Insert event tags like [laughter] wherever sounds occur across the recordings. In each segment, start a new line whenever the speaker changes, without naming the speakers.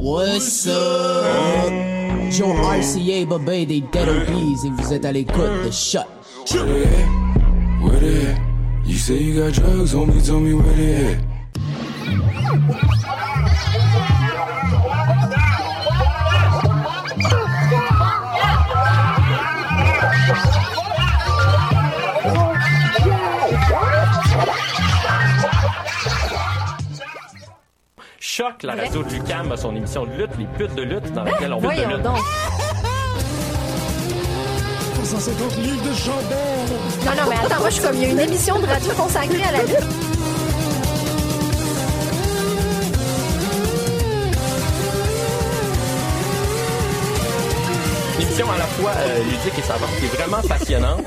What's up? Joe RCA, Bobé des Dead Obies et vous êtes à l'écoute de Shut.
Where they at? Where they at? You say you got drugs, homie, tell me where they at.
Choc, la radio de Lucam a son émission de lutte, les putes de lutte, dans laquelle on va de
Voyons
lutte.
donc.
150 livres de chandelle.
Non, non, mais attends, moi, je suis comme, il y a une émission de radio consacrée à la lutte.
Une émission à la fois euh, ludique et savante, qui est vraiment passionnante.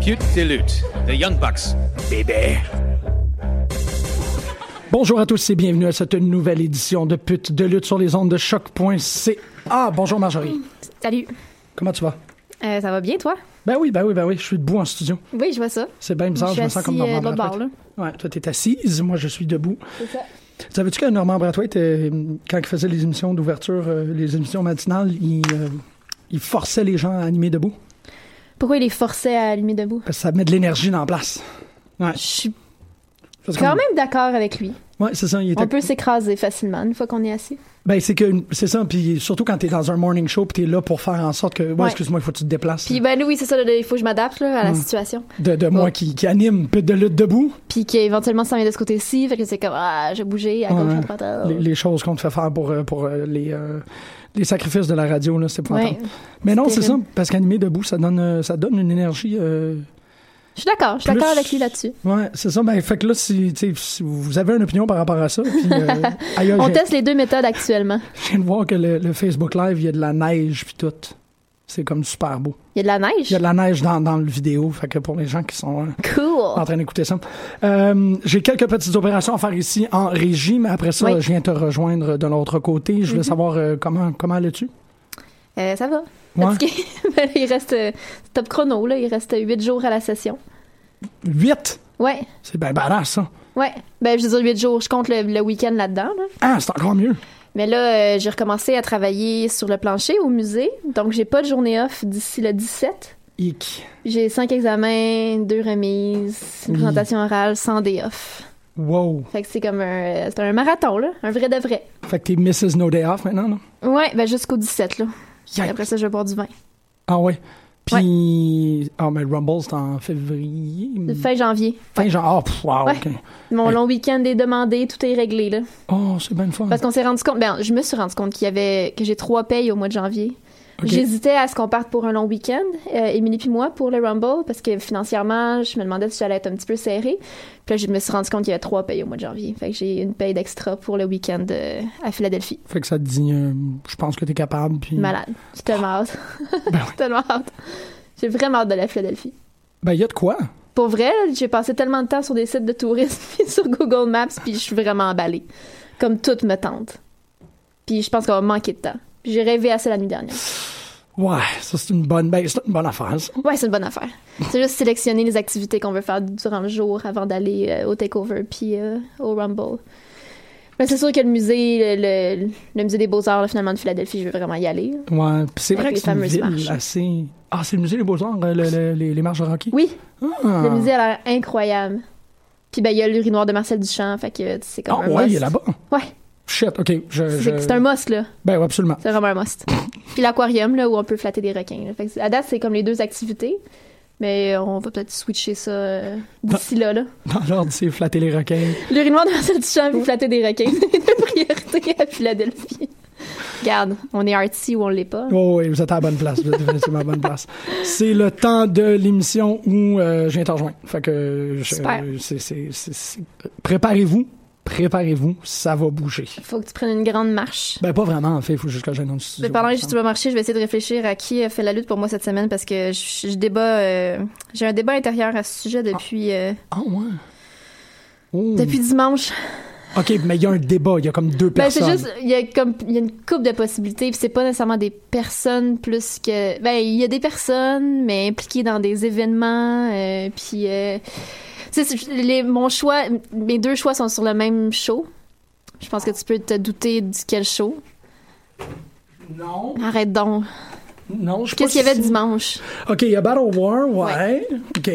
Pute de lutte, The Young Bucks.
Bébé.
Bonjour à tous et bienvenue à cette nouvelle édition de Pute de lutte sur les ondes de choc.ca. Ah, Bonjour Marjorie.
Salut.
Comment tu vas?
Euh, ça va bien, toi?
Ben oui, ben oui, ben oui, je suis debout en studio.
Oui, je vois ça.
C'est bien bizarre,
Je
je,
suis
me sens comme
assis,
Normand
euh, de l'autre
Bratoit. Ouais, toi t'es assise, moi je suis debout. Savais-tu que Normand Bratoit, était- quand il faisait les émissions d'ouverture, euh, les émissions matinales, il, euh, il forçait les gens à animer debout?
Pourquoi il est forcé à allumer debout?
Parce que ça met de l'énergie dans la place. Ouais.
Je suis
Parce que-
quand même d'accord avec lui.
Ouais, c'est ça, il était
On peut s'écraser facilement une fois qu'on est assis.
Ben, c'est que c'est ça, puis surtout quand t'es dans un morning show, puis t'es là pour faire en sorte que, ouais,
Ouais.
excuse-moi, il faut que tu te déplaces.
Puis ben oui, c'est ça, là, il faut que je m'adapte là, à la situation.
de, de moi qui, qui anime pute de lutte debout,
Puis qu'éventuellement, ça vient de ce côté-ci, fait que c'est comme, ah, j'ai bougé à gauche,
Ouais.
à droite. ah.
les, les choses qu'on te fait faire pour, euh, pour euh, les, euh, les sacrifices de la radio, là, c'est pour
Ouais.
Mais non, c'est ça,
terrible.
parce qu'animer debout, ça donne, euh, ça donne une énergie. euh,
Je suis d'accord, je suis
Plus-
d'accord avec lui là-dessus.
Ouais, c'est ça. Ben, fait que là, si, tu sais, si vous avez une opinion par rapport à ça, puis,
[laughs]
euh, ailleurs,
On
j'ai-
teste les deux méthodes actuellement.
je viens de voir que le, le Facebook Live, il y a de la neige, puis tout. C'est comme super beau.
Il y a de la
Il y
neige?
a de la neige dans, dans le vidéo, fait que pour les gens qui sont. euh,
Cool!
en train d'écouter ça. Euh, J'ai quelques petites opérations à faire ici en régime. Après ça,
Oui. Mhm.
je viens te rejoindre de l'autre côté. Je veux savoir euh, comment comment allais-tu?
Euh, ça va.
Ouais.
Fatigué. [laughs] Mais là, il reste euh, top chrono, là. Il reste huit jours à la session.
Vite!
Ouais,
C'est bien badass, ça.
ouais. Ben, je veux dire huit jours. Je compte le, le week-end là-dedans, là.
Ah, c'est encore mieux.
Mais là, euh, j'ai recommencé à travailler sur le plancher au musée. Donc, j'ai pas de journée off d'ici le 17.
Hic.
J'ai cinq examens, deux remises, une
Oui.
présentation orale, 100 day off.
Wow.
Fait que c'est comme un, c'est un marathon, là. Un vrai de vrai.
Fait que t'es Mrs. No Day Off maintenant, non?
Ouais, ben jusqu'au 17, là. Et
Yikes.
Après ça, je vais boire du vin.
Ah ouais. Puis. Ah, mais le Rumble, c'est en février.
Fin janvier.
Fin genre. Ah, pff, wow,
Ouais.
ok.
Mon
Ouais.
long week-end est demandé, tout est réglé, là.
Oh, c'est bien le fun.
Parce qu'on s'est rendu compte, ben, je me suis rendu compte qu'il y avait, que j'ai trois payes au mois de janvier.
Ok.
J'hésitais à ce qu'on parte pour un long week-end, euh, Émilie puis moi, pour le Rumble, parce que financièrement, je me demandais si j'allais être un petit peu serrée. Puis là, je me suis rendu compte qu'il y avait trois payes au mois de janvier. Fait que j'ai une paye d'extra pour le week-end euh, à Philadelphie.
Fait que ça te dit, euh, je pense que t'es capable. Puis...
Malade. J'ai tellement hâte.
Hmm. Ben
J'ai [laughs] tellement hâte. J'ai vraiment hâte d'aller à Philadelphie.
Ben, il y a de quoi?
Pour vrai, là, j'ai passé tellement de temps sur des sites de tourisme [laughs] puis sur Google Maps, puis je suis vraiment emballée. Comme toute me tente. Puis je pense qu'on va manquer de temps. Puis J'ai rêvé à ça la nuit dernière.
Ouais, ça, c'est une bonne. Ben, c'est une bonne affaire, ça.
Ouais, c'est une bonne affaire. C'est juste sélectionner les activités qu'on veut faire durant le jour avant d'aller euh, au takeover puis euh, au Rumble. Mais c'est sûr que le musée, le, le- le musée des Beaux-Arts, là, finalement, de Philadelphie, je veux vraiment y aller.
Ouais, puis c'est
Avec
vrai que
les
c'est une
fameuses
ville
marches.
assez. Ah, c'est le musée des Beaux-Arts, euh, le- le- les, les marches de Rocky.
Oui,
Ah.
le musée a l'air incroyable. Puis ben, il y a l'urinoir de Marcel Duchamp, fait que c'est
Ah,
comme un
ouais,
must.
il est là-bas.
Ouais,
Shit, ok. Je,
c'est
je-
c'est un must, là.
Ben, ouais, absolument. [laughs]
C'est vraiment un must. Puis l'aquarium, là, où on peut flatter des requins. là. Fait que c'est- à date, c'est comme les deux activités. Mais on va peut-être switcher ça euh, d'ici là, là.
Dans l'ordre, c'est flatter les requins.
L'urinoir de Marcel Duchamp vous flatter des requins. C'est une priorité à Philadelphie. Regarde, on est artsy ou on l'est pas.
Oh, oui, vous êtes à la bonne place. Vous êtes définitivement à la bonne place. C'est le temps de l'émission où euh, je viens t'en rejoindre. Fait que. je-
Super.
c'est- c'est- c'est- c'est- Préparez-vous. préparez-vous, ça va bouger.
Faut que tu prennes une grande marche.
Ben, pas vraiment, en fait, il faut juste que j'aille dans le studio.
Mais pendant que je
ensemble.
suis pas marché, je vais essayer de réfléchir à qui a fait la lutte pour moi cette semaine parce que je, je débat, euh, j'ai un débat intérieur à ce sujet depuis euh,
Ah, ouais. Oh.
depuis dimanche.
OK, mais il y a un débat, il y a comme deux
Ben, c'est
personnes.
juste, il y a comme il y a une coupe de possibilités, puis c'est pas nécessairement des personnes plus que ben il y a des personnes mais impliquées dans des événements, euh, puis euh, tu sais, c'est- les, mon choix, mes deux choix sont sur le même show. Je pense que tu peux te douter duquel show.
Non,
Arrête donc.
non, je sais
Qu'est-ce
pas
qu'il y avait
si-
dimanche?
OK, il y a Battle War, ouais. OK.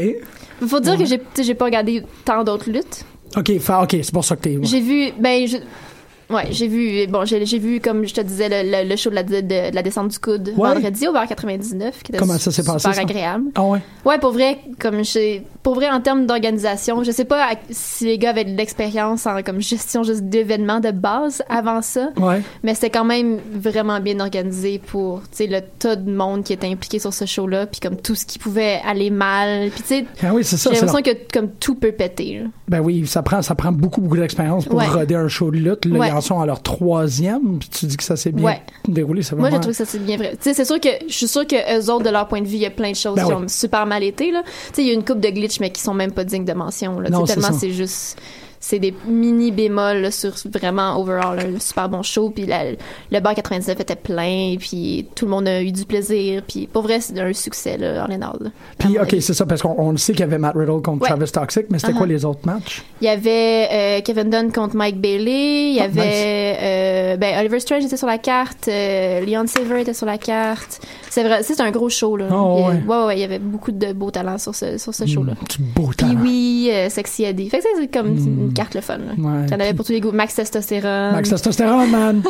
Faut dire que j'ai, tu sais, j'ai pas regardé tant d'autres luttes.
OK, fa- OK, c'est pour ça que t'es...
J'ai vu, ben, je- ouais, j'ai vu, bon, j'ai, j'ai vu, comme je te disais, le, le- le show de la, de, de la descente du coude
Ouais.
vendredi au bar 99, qui était
Comment ça s'est
super
passé, ça?
agréable.
Ah ouais?
Ouais, pour vrai, comme je, pour vrai, en termes d'organisation, je sais pas à- si les gars avaient de l'expérience en comme gestion juste d'événements de base avant ça,
Ouais.
mais c'était quand même vraiment bien organisé pour, tu sais, le tas de monde qui était impliqué sur ce show-là, puis comme tout ce qui pouvait aller mal, puis tu sais,
Ah oui, c'est ça.
j'ai
c'est
l'impression que comme tout peut péter. là.
Ben oui, ça prend, ça prend beaucoup, beaucoup d'expérience pour
Ouais.
roder un show de lutte. Là,
Ouais.
Ils en sont à leur troisième, puis tu dis que ça s'est bien
Ouais.
déroulé. Ça
Moi, je trouve que ça c'est bien vrai. Tu sais, c'est sûr que je suis sûre que eux autres de leur point de vue, il y a plein de choses
Ben
qui
oui.
ont super mal été là. Tu sais, il y a une coupe de glitch mais qui sont même pas dignes de mention là. Tu sais,
Non, c'est
tellement
ça.
c'est juste c'est des mini bémols là, sur vraiment overall un super bon show puis la- le bar 99 était plein puis tout le monde a eu du plaisir puis pour vrai c'est un succès là en Lénarde.
Puis,
Ah,
OK,
ouais.
c'est ça, parce qu'on on le sait qu'il y avait Matt Riddle contre
Ouais.
Travis Toxic, mais c'était
Uh-huh.
quoi les autres matchs?
Il y avait euh, Kevin Dunn contre Mike Bailey, il y
Ah,
avait
nice.
euh, ben, Oliver Strange était sur la carte, euh, Leon Silver était sur la carte. C'est vrai, c'est un gros show là.
Ah,
Il y a-
ouais. Mm.
ouais, ouais, il y avait beaucoup de beaux talents sur ce sur ce show là.
Du beau
Puis
talent.
oui, euh, Sexy Eddie. Fait que c'est comme
Mm.
une carte le fun. Là.
Ouais.
T'en avais pour tous les goûts. Max Testosterone.
Max Testosterone,
[laughs]
man!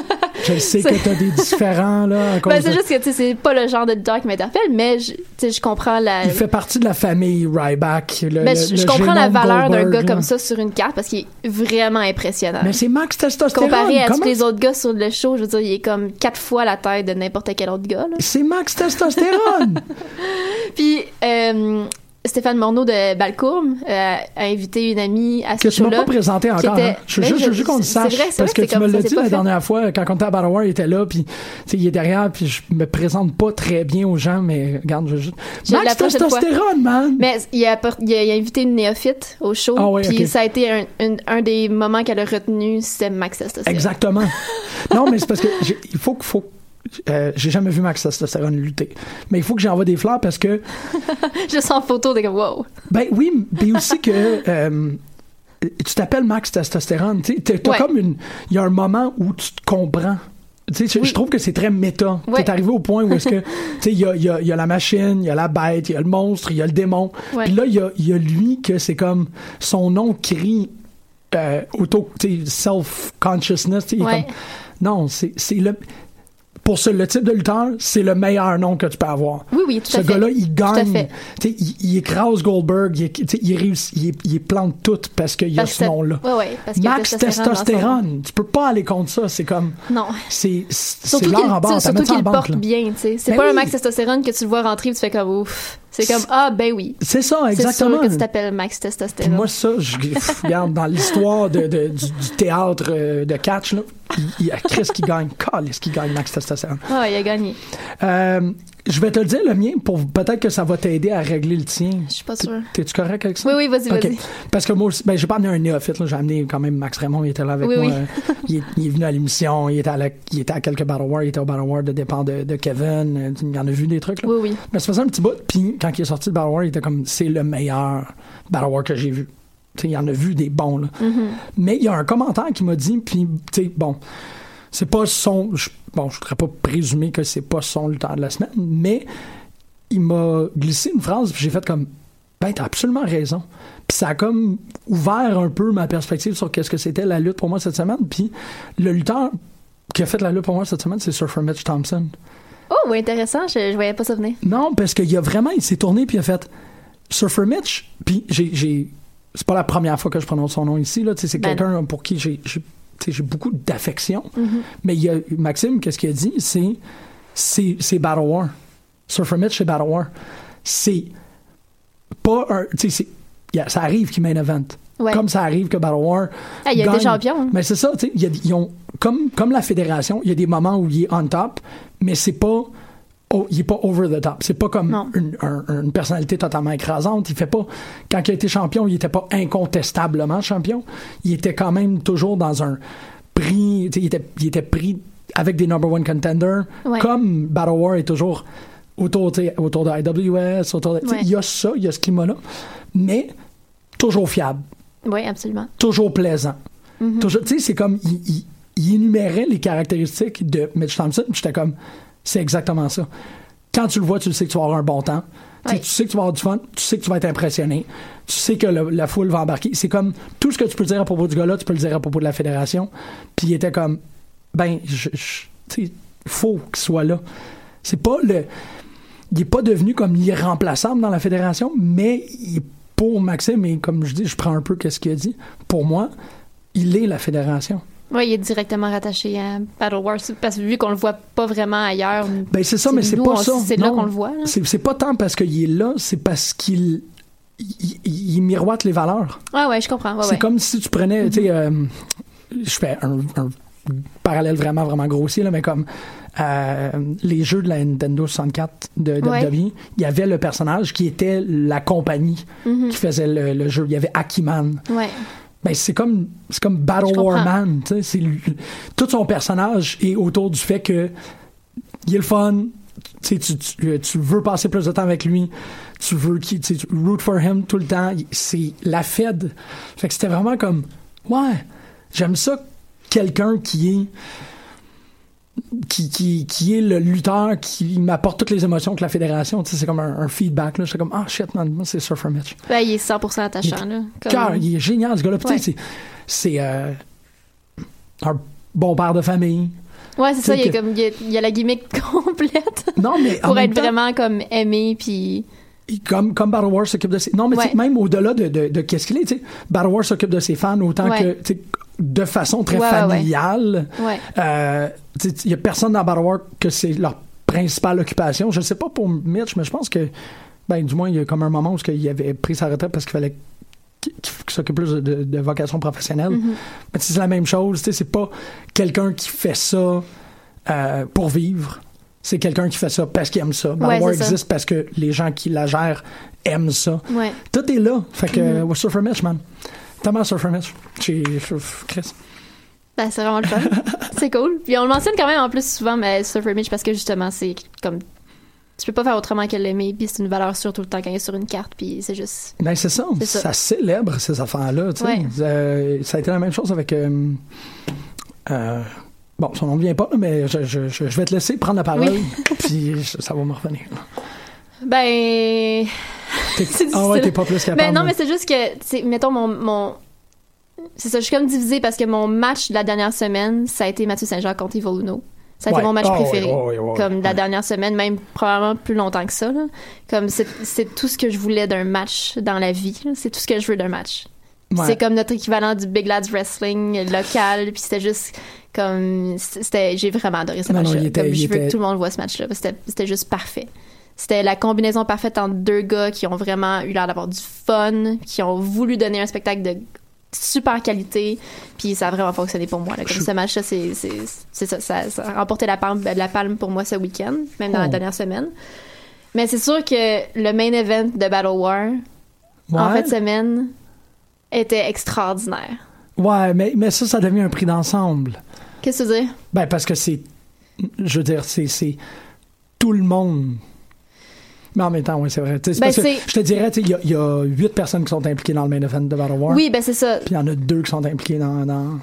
je sais que
C'est-
t'as des différents, là, à cause
Ben, c'est
de-
juste que tu sais, c'est pas le genre de lutteur qui m'interpelle, mais je, tu sais, je comprends la.
Il fait partie de la famille Ryback. le- le-
Ben, je,
le
je comprends la
génome
valeur d'un
Goldberg,
gars
là.
comme ça sur une carte parce qu'il est vraiment impressionnant.
Mais c'est Max Testosterone.
comparé à tous
comment-
les autres gars sur le show, je veux dire, il est comme quatre fois la taille de n'importe quel autre gars.
[laughs]
là.
C'est Max
[laughs]
Testosterone!
Puis euh, Stéphane Morneau de Balcourbe euh, a invité une amie à ce
que tu m'as
show-là.
pas présenté encore.
était-
hein. Je veux
Ben,
juste, je veux
je-
juste qu'on le
c'est
sache.
vrai,
parce
c'est vrai, c'est
que tu me
comme
l'as
ça, c'est
dit
pas
la
fait.
dernière fois, quand on était à Battle War, il était là, puis tu sais, il est derrière, puis je me présente pas très bien aux gens, mais regarde, je veux juste.
Je- la
Max
prochaine fois.
Testosterone, man!
Mais il a, apport- il a- il a invité une néophyte au show.
Ah ouais,
puis
ok.
ça a été un, un- un des moments qu'elle a retenu, c'était Max Testosterone.
Exactement. non, mais c'est parce que j'ai- il faut qu'il faut. euh, j'ai jamais vu Max Testosterone lutter. Mais il faut que j'envoie des fleurs parce que.
[laughs] Juste en photo, de comme wow.
Ben oui, mais aussi que. euh, tu t'appelles Max Testosterone. tu sais, T'as t'as
Ouais.
comme une. Il y a un moment où tu te comprends. Tu sais, je- je trouve que c'est très méta.
Ouais.
T'es arrivé au point où
[laughs]
est-ce que. tu sais, il y a, il y a- il y a la machine, il y a la bête, il y a le monstre, il y a le démon.
Ouais.
Puis là, il y a, il y a lui que c'est comme. Son nom crie. Euh, auto. Tu sais, self-consciousness. tu sais, il est
Ouais.
comme- Non, c'est c'est le. Pour ce, le type de lutteur, c'est le meilleur nom que tu peux avoir
Oui, oui, tout
ce
à fait.
gars-là, il
Tout à
gagne.
fait.
Tu sais, Il, il écrase Goldberg, il, tu sais, il réussit, il, il plante tout parce qu'il y a
Parce que
ce
ça-
nom-là.
Ouais, ouais, parce qu'il y a
Max
testostérone dans son
Testostérone, tu peux pas aller contre ça, c'est comme.
Non.
C'est c'est
Surtout
l'or en barre,
qu'il
t'as
surtout
ça en
qu'il
banque.
porte
là.
bien, tu sais. C'est
Ben
pas un
oui.
Max Testosterone que tu le vois rentrer puis tu fais comme ouf. C'est comme
C'est-
ah ben oui.
C'est ça,
C'est sûr
exactement.
que tu t'appelles Max Testosterone.
Puis moi, ça, je [laughs] pff, regarde dans l'histoire de, de- du, du théâtre euh, de catch, là, il- il y a Chris qui gagne, [laughs] Callis qui gagne Max Testostérone.
Ah, il a gagné.
Euh, je vais te le dire, le mien, pour peut-être que ça va t'aider à régler le tien.
Je suis pas sûre.
T'es-tu correct avec ça?
Oui, oui, vas-y,
OK.
vas-y.
Parce que moi aussi, ben, j'ai pas amené un néophyte, là. J'ai amené quand même Max Raymond, il était là avec
Oui,
moi.
oui.
euh, il, est, il est venu à l'émission, il était à, la- il était à quelques Battle War, il était au Battle War de départ de, de Kevin. euh, Il en a vu des trucs, là.
Oui, oui.
Mais ça faisait un petit bout, puis quand il est sorti de Battle War, il était comme, c'est le meilleur Battle War que j'ai vu. Tu sais, il en a vu des bons, là. Mais il y a un commentaire qui m'a dit, puis, tu sais, bon, c'est pas son. je- bon, je voudrais pas présumer que c'est pas son lutteur de la semaine, mais il m'a glissé une phrase, puis j'ai fait comme Ben, t'as absolument raison. Puis ça a comme ouvert un peu ma perspective sur qu'est-ce que c'était la lutte pour moi cette semaine. Puis le lutteur qui a fait la lutte pour moi cette semaine, c'est Surfer Mitch Thompson.
Oh, ouais, intéressant, je, je voyais pas ça venir.
Non, parce qu'il a vraiment, il s'est tourné puis il a fait Surfer Mitch. Puis j'ai, j'ai- c'est pas la première fois que je prononce son nom ici là. tu sais, C'est
Ben
quelqu'un pour qui j'ai, j'ai, tu sais, j'ai beaucoup d'affection.
Mm-hmm.
Mais il y a- Maxime, qu'est-ce qu'il a dit C'est, c'est, c'est Battle War. Surfer Mitch, c'est Battle War. C'est pas un, tu sais, c'est- il y a- ça arrive qu'il main event.
Ouais.
Comme ça arrive que Battle War.
Ah, il y a
gagne.
des champions.
Mais c'est ça, tu sais, il y a- ils ont, comme, comme la fédération, il y a des moments où il est on top, mais c'est pas. oh, il est pas over the top. C'est pas comme
Non.
une, un- une personnalité totalement écrasante. Il fait pas. Quand il a été champion, il était pas incontestablement champion. Il était quand même toujours dans un prix. tu sais, Il était, il était pris avec des number one contenders.
Ouais.
Comme Battle War est toujours autour, tu sais, autour de IWS, autour de. tu sais,
Ouais.
Il y a ça, il y a ce climat-là. Mais toujours fiable
Oui, absolument.
toujours plaisant. Toujours- Tu sais, c'est comme, il, il- il énumérait les caractéristiques de Mitch Thompson, puis j'étais comme, c'est exactement ça. Quand tu le vois, tu le sais que tu vas avoir un bon temps. Tu sais,
Ouais.
Tu sais que tu vas avoir du fun, tu sais que tu vas être impressionné, tu sais que le- la foule va embarquer. C'est comme, tout ce que tu peux dire à propos du gars-là, tu peux le dire à propos de la fédération. Puis il était comme, ben, je, je- tu sais, faut qu'il soit là. C'est pas le il n'est pas devenu comme l'irremplaçable dans la fédération, mais il- pour Maxime, et comme je dis, je prends un peu qu'est-ce qu'il a dit, pour moi, il est la fédération.
Oui, il est directement rattaché à Battle Wars parce que vu qu'on le voit pas vraiment ailleurs.
Ben c'est ça,
C'est
mais c'est
nous,
pas
on-
ça.
c'est là
Non.
qu'on le voit, là.
C'est c'est pas tant parce qu'il est là, c'est parce qu'il il, il- il miroite les valeurs.
Ah Ouais, ouais, je comprends. Ouais,
c'est
ouais.
comme si tu prenais, tu sais, euh, je fais un, un parallèle vraiment, vraiment grossier, là, mais comme euh, les jeux de la Nintendo 64 de WWE,
Ouais.
il y avait le personnage qui était la compagnie
Mm-hmm.
qui faisait le, le jeu. Il y avait Akiman.
Ouais.
Ben, c'est comme c'est comme Battle
Je
War
comprends.
Man, tu sais, c'est lui- tout son personnage est autour du fait que il est le fun, tu sais, tu, tu- euh, tu veux passer plus de temps avec lui, tu veux qu'il tu sais, tu root for him tout le temps, Il- c'est la Fed. Fait que c'était vraiment comme ouais, j'aime ça quelqu'un qui est qui, qui, qui est le lutteur qui m'apporte toutes les émotions que la fédération, tu sais, c'est comme un, un feedback là, j'étais comme ah shit man, moi c'est Surfer Mitch
Ben, il est 100% attachant, là. Comme-
cœur, il est génial ce gars-là. Putain,
Ouais.
c'est- c'est euh, un bon père de famille.
Ouais, c'est ça,
Tu
il,
sais
est
que-
comme, il, est- il a la gimmick [laughs] complète
Non, mais en
pour
même
être
temps,
vraiment comme aimé, puis.
il- comme, comme Battle Wars s'occupe de ses. Non, mais tu sais,
Ouais.
même au-delà de, de, de qu'est-ce qu'il est, tu sais, Battle Wars s'occupe de ses fans autant
Ouais.
que tu sais, de façon très
Ouais, ouais, ouais.
familiale.
Ouais.
Euh, tu sais, il y a personne dans Battle Wars que c'est leur principale occupation. Je sais pas pour Mitch, mais je pense que ben du moins il y a comme un moment où il avait pris sa retraite parce qu'il fallait qu'il qu'il s'occupe plus de, de- de vocation professionnelle.
Mm-hmm.
Mais tu sais, c'est la même chose, tu sais, c'est pas quelqu'un qui fait ça euh, pour vivre. C'est quelqu'un qui fait ça parce qu'il aime ça. Battle
Ouais,
War
c'est ça.
existe parce que les gens qui la gèrent aiment ça.
Ouais.
Tout est là. Fait que,
Mm-hmm.
euh, Surfer Mitch, man. Tellement Surfer Mitch. Chez Chris.
Ben, c'est vraiment le fun. c'est cool. Puis on le mentionne quand même en plus souvent, mais Surfer Mitch, parce que justement, c'est comme. Tu peux pas faire autrement que l'aimer, puis c'est une valeur sûre tout le temps quand il est sur une carte, puis c'est juste.
Ben, c'est ça.
C'est
ça.
ça.
célèbre ces affaires-là. tu sais.
Ouais.
Euh, ça a été la même chose avec. euh, euh, bon, son nom ne vient pas, là, mais je, je- je- je vais te laisser prendre la parole,
[laughs] Oui.
puis je- ça va me
[laughs]
revenir.
Ben.
T'es-
C'est
ah ouais,
difficile.
t'es pas plus capable.
Ben non,
là.
mais c'est juste que, tu sais, mettons mon. mon... C'est ça, je suis comme divisée parce que mon match de la dernière semaine, ça a été Mathieu Saint-Jacques contre Ivo Luno. Ça a
Ouais.
été mon match
Ah ouais,
préféré.
ouais, ouais, ouais, ouais.
comme de la dernière semaine, même probablement plus longtemps que ça. là. Comme c'est c'est tout ce que je voulais d'un match dans la vie. là. C'est tout ce que je veux d'un match.
Ouais.
C'est comme notre équivalent du Big Lads Wrestling local. Puis c'était juste comme. c'était J'ai vraiment adoré ce
Non, non,
match-là.
il était-
Comme
il
Ah, je veux
était-
que tout le monde voit ce match-là. parce que C'était c'était juste parfait. C'était la combinaison parfaite entre deux gars qui ont vraiment eu l'air d'avoir du fun, qui ont voulu donner un spectacle de super qualité, puis ça a vraiment fonctionné pour moi. là. Comme
Je-
ce match-là, c'est c'est- c'est ça, ça, ça a remporté la palme, ben, la palme pour moi ce week-end, même dans la
Oh.
dernière semaine. Mais c'est sûr que le main event de Battle War, en
Ouais.
fin de semaine, était extraordinaire.
Ouais, mais, mais ça, ça devient un prix d'ensemble.
Qu'est-ce que tu veux dire?
Ben, parce que c'est. Je veux dire, c'est- c'est tout le monde. Mais en même temps, oui, c'est vrai. Tu sais, c'est
Ben,
parce que
c'est-
je te dirais, tu sais, il y a- il y, a huit personnes qui sont impliquées dans le main event de Battle War.
Oui, ben c'est ça.
Puis il y en a deux qui sont impliquées dans. dans...